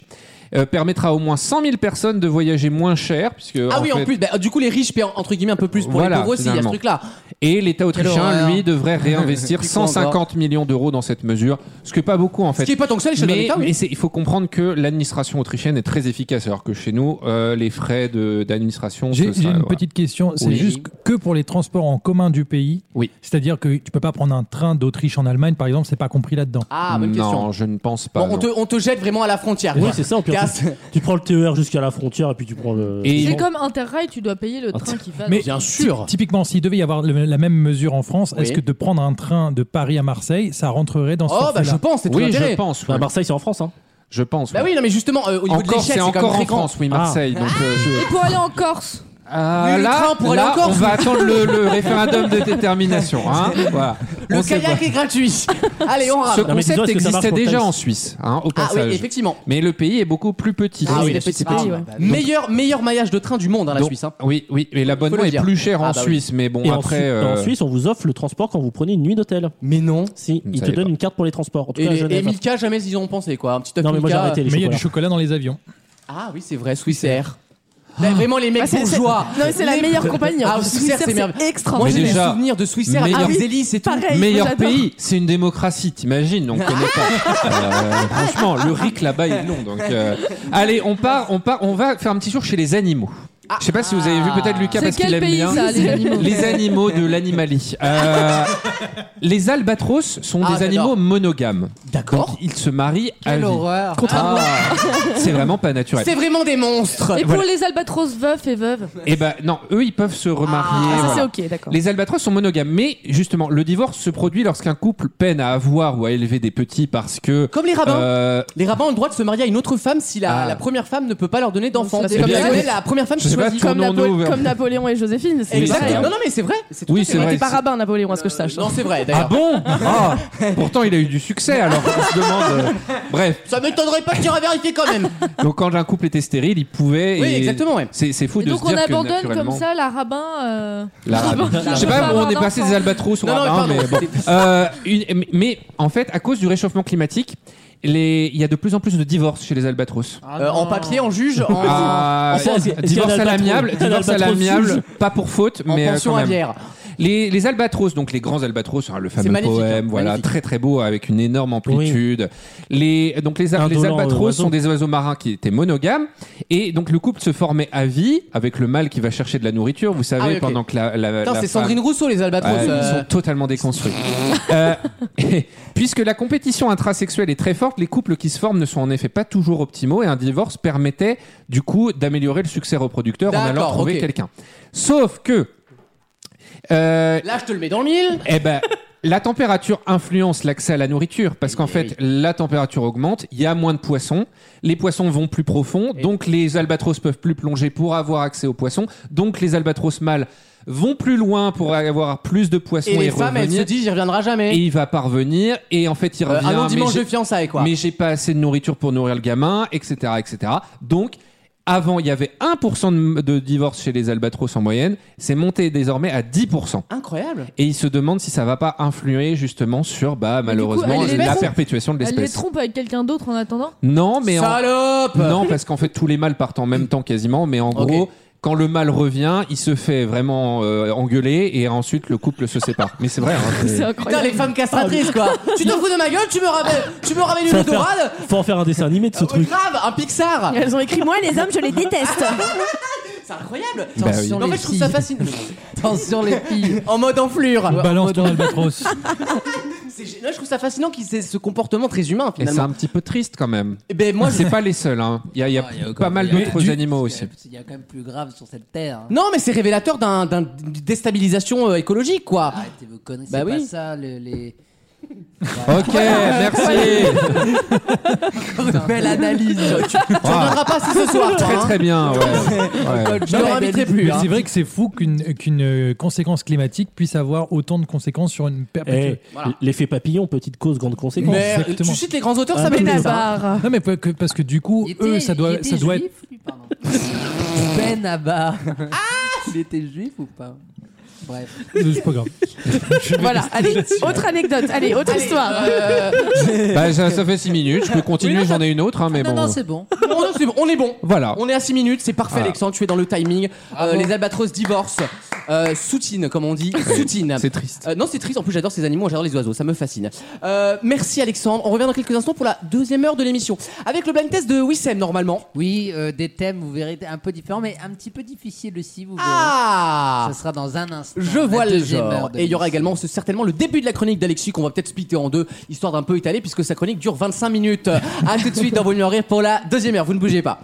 Euh, permettra au moins 100 000 personnes de voyager moins cher. Puisque, Ah oui, fait- en plus, bah, du coup, les riches paient entre guillemets un peu plus pour Voilà, les pauvres aussi. Il y a ce finalement. truc-là. Et l'État autrichien, horreur. lui, devrait réinvestir Du coup, encore. 150 millions d'euros dans cette mesure, ce qui n'est pas beaucoup en Ce fait. qui est pas tant que ça, les chefs Mais, d'État, oui. mais c'est- il faut comprendre que l'administration autrichienne est très efficace, alors que chez nous, euh, les frais de- d'administration. J'ai ce j'ai sera- une voilà. petite question. C'est Oui. juste que pour les transports en commun du pays. Oui. C'est-à-dire que tu peux pas prendre un train d'Autriche en Allemagne, par exemple, c'est pas compris là-dedans. Ah, bonne non, question. je ne pense pas. Bon, on, non. te, on te jette vraiment à la frontière. Oui, quoi. c'est ça, on T'es peut casse. Tu prends le TER jusqu'à la frontière et puis tu prends le. C'est comme Interrail, tu dois payer le train qui va. Mais dans- ty- Typiquement, s'il devait y avoir le- la même mesure en France, Oui. est-ce que de prendre un train de Paris à Marseille, ça rentrerait dans ce Oh, bah, forfait-là je pense, c'est tout Oui, l'intérêt. je pense. Bah, ouais. Marseille, c'est en France, hein. Je pense. Bah ouais. oui, non, mais justement, euh, au niveau de encore, l'échelle, c'est c'est Ah. quand même encore très en grand. France, oui, Marseille. Donc, euh, je- Et pour aller en Corse Ah, Mais le là, train pour aller là, en Corse. on va attendre le, le référendum de détermination. hein. Voilà. Le On sait kayak pas. est gratuit. Allez, on Ce rame. Ah, mais concept dis-toi, est-ce que ça marche existait pour le déjà tennis en Suisse, hein, Ah au oui, passage. effectivement. mais le pays est beaucoup plus petit. Ah oui, Donc, petit petit, ouais. Meilleur, meilleur maillage de train du monde, hein, la donc, Suisse. hein. Oui, oui, mais Faut l'abonnement le est dire. plus cher Ah, en bah oui. Suisse, mais bon, Et en, Su- après. euh, en Suisse, on vous offre le transport quand vous prenez une nuit d'hôtel. Mais non. Si, Je ne ils te savais donnent pas. une carte pour les transports. En tout Et, cas, à les, et Genève. hein. Milka, jamais ils y ont pensé, quoi. Un petit Non, mais moi j'ai Milka. arrêté les Mais il y a chocolats. du chocolat dans les avions. Ah oui, c'est vrai, Swissair. Là, vraiment, les mecs Bah, c'est- c'est- bourgeois. Non, mais c'est la Les- meilleure compagnie. Ah, en plus. Swissair, c'est merveilleux. Moi, extraordinaire. j'ai Mais des déjà, souvenirs de Swissair meilleur- avec des hélices et tout. Ah Pareil, Meilleur j'adore. pays, c'est une démocratie, t'imagines, on connaît pas. Euh, franchement, le RIC là-bas il est long. Donc, euh, Allez, on part, on part, on va faire un petit tour chez les animaux. Je sais pas si vous avez vu peut-être Lucas C'est parce qu'il quel aime pays, bien ça, les animaux les animaux de l'animalie. Euh, les albatros sont Ah, des animaux j'adore. monogames. D'accord. Donc, Ils se marient à Quelle vie. horreur. Ah, c'est vraiment pas naturel. C'est vraiment des monstres. Et Voilà. pour les albatros veufs et veuves Et ben non, eux ils peuvent se remarier. Ah, ça, voilà. c'est ok, d'accord. Les albatros sont monogames, mais justement, le divorce se produit lorsqu'un couple peine à avoir ou à élever des petits parce que. Comme les rabbins. euh, Les rabbins ont le droit de se marier à une autre femme si la, Ah. la première femme ne peut pas leur donner d'enfant. Ça, C'est c'est comme bien. la, la première femme Je qui sais pas, choisit. Comme, Tournons-nous Napo- vers- comme Napoléon et Joséphine. c'est pareil, Exactement. hein. Non, non, mais c'est vrai. C'est tout Oui, à fait c'est Il vrai. était pas rabbin, Napoléon, à ce que je sache. Non, c'est vrai. Ah D'ailleurs. bon Ah, Pourtant, il a eu du succès, alors on se demande. euh, Bref, Ça m'étonnerait pas que tu aurais vérifié quand même. donc quand un couple était stérile, il pouvait. Oui, et- exactement, ouais. C'est c'est fou Et de donc se on dire abandonne que comme naturellement, ça la rabbin. euh, La rabbin. Je sais Rabbin. pas, on est passé des albatros au Non, non, rabbin, mais mais pardon. bon. Euh, une- mais en fait, à cause du réchauffement climatique, les- il y a de plus en plus de divorces chez les albatros. Euh, en papier, en juge, en, Ah, en- en- est-ce qu'il y a divorce un à albatros- l'amiable, un divorce à albatros l'amiable, juge pas pour faute, en mais euh, pension quand à même. bière. Les, les albatros, donc les grands albatros, hein, le fameux magnifique, poème, hein, voilà, magnifique. très très beau avec une énorme amplitude. Les donc les, a- les Indolent, albatros euh, oiseau. sont des oiseaux marins qui étaient monogames et donc le couple se formait à vie avec le mâle qui va chercher de la nourriture, vous savez, Ah oui, ok. pendant que la, la, Putain, la c'est femme- Sandrine Rousseau, les albatros. Ouais, euh. Ils sont totalement déconstruits. Euh, puisque la compétition intrasexuelle est très forte, les couples qui se forment ne sont en effet pas toujours optimaux et un divorce permettait du coup d'améliorer le succès reproducteur en allant D'accord, trouver ok. quelqu'un. Sauf que euh, Là, je te le mets dans le mille. eh ben, la température influence l'accès à la nourriture parce qu'en fait, la température augmente, il y a moins de poissons, les poissons vont plus profond, donc les albatros peuvent plus plonger pour avoir accès aux poissons, donc les albatros mâles vont plus loin pour avoir plus de poissons Et et, les femmes, elles se revenir. disent, j'y reviendra et jamais. il va parvenir et en fait il Euh, revient un long mais dimanche j'ai- de fiançailles, quoi. mais j'ai pas assez de nourriture pour nourrir le gamin, etc. etc. Donc, avant, il y avait 1% de, de divorce chez les albatros en moyenne. C'est monté désormais à 10%. Incroyable. Et ils se demandent si ça va pas influer justement sur, bah, du coup, malheureusement, elle les la trompe perpétuation de Elle les l'espèce. trompe avec quelqu'un d'autre en attendant Non, mais en- Salope non, parce qu'en fait, tous les mâles partent en même temps quasiment, mais en gros. Quand le mâle revient, il se fait vraiment euh, engueuler et ensuite le couple se sépare. Mais c'est vrai. hein, c'est- C'est Putain, incroyable. les femmes castratrices, quoi. Ah, tu te fous de ma gueule, tu me ramènes, tu me ramènes une Faut en faire- odorade. Faut en faire un dessin animé de ce Euh, truc. grave, un Pixar. Elles ont écrit moi les hommes je les Ah, déteste. C'est incroyable. Bah oui. Mais en fait, je trouve ça fascinant. Attention les filles. en mode enflure. Balance ton albatros. C'est gé- Là, je trouve ça fascinant qu'ils aient ce comportement très humain, Et c'est finalement. un petit peu triste quand même. Eh ben, moi, je- C'est pas les seuls. hein. Il y a, il y a Ah, il y a encore- pas mal il y a- d'autres du- animaux Parce que aussi. Il y a quand même plus grave sur cette terre. hein. Non, mais c'est révélateur d'un- d'un- d'une déstabilisation euh, écologique, quoi. Arrêtez vos conneries, Bah c'est oui. pas ça le- les. Ok, merci. Belle analyse. tu ne Ah, reviendras pas si ce soir. toi, très hein. très bien. ouais. Ouais. Je ne réinviterai plus. Mais hein. c'est vrai que c'est fou qu'une qu'une, euh, conséquence climatique puisse avoir autant de conséquences sur une perpétuité. Eh, L'effet papillon, petite cause, grande conséquence. Mais euh, Exactement. tu cites les grands auteurs, ça Ah, m'étonne. hein. ça. Benabar. Eh. Non mais pas que- parce que du coup, Il était- eux, ça il doit, était ça doit être. juif, lui, pardon. Ben Abba. Il était juif ou pas Bref. euh, C'est pas grave. Voilà, allez, autre anecdote, allez, autre Allez, histoire. euh, Bah, ça, ça fait 6 minutes. Je peux continuer. J'en ai une autre, hein, mais non, bon. non, c'est bon. on, on est bon. Voilà. On est à 6 minutes, c'est parfait, Voilà. Alexandre, tu es dans le timing. Euh, les albatros divorcent. Euh, soutine, comme on dit. Soutine. C'est triste. non, c'est triste. En plus, j'adore ces animaux, j'adore les oiseaux, ça me fascine. Euh, merci Alexandre. On revient dans quelques instants pour la deuxième heure de l'émission. Avec le blind test de Wissem, normalement. Oui, euh, des thèmes, vous verrez, un peu différents, mais un petit peu difficiles aussi, vous verrez. Ah Ce sera dans un instant. Je la vois le deuxième heure genre. de Et il y aura l'émission. également ce- certainement le début de la chronique d'Alexis qu'on va peut-être splitter en deux, histoire d'un peu étaler, puisque sa chronique dure 25 minutes. à tout de suite dans Vos Mieux en Rire pour la deuxième heure. Vous ne bougez pas.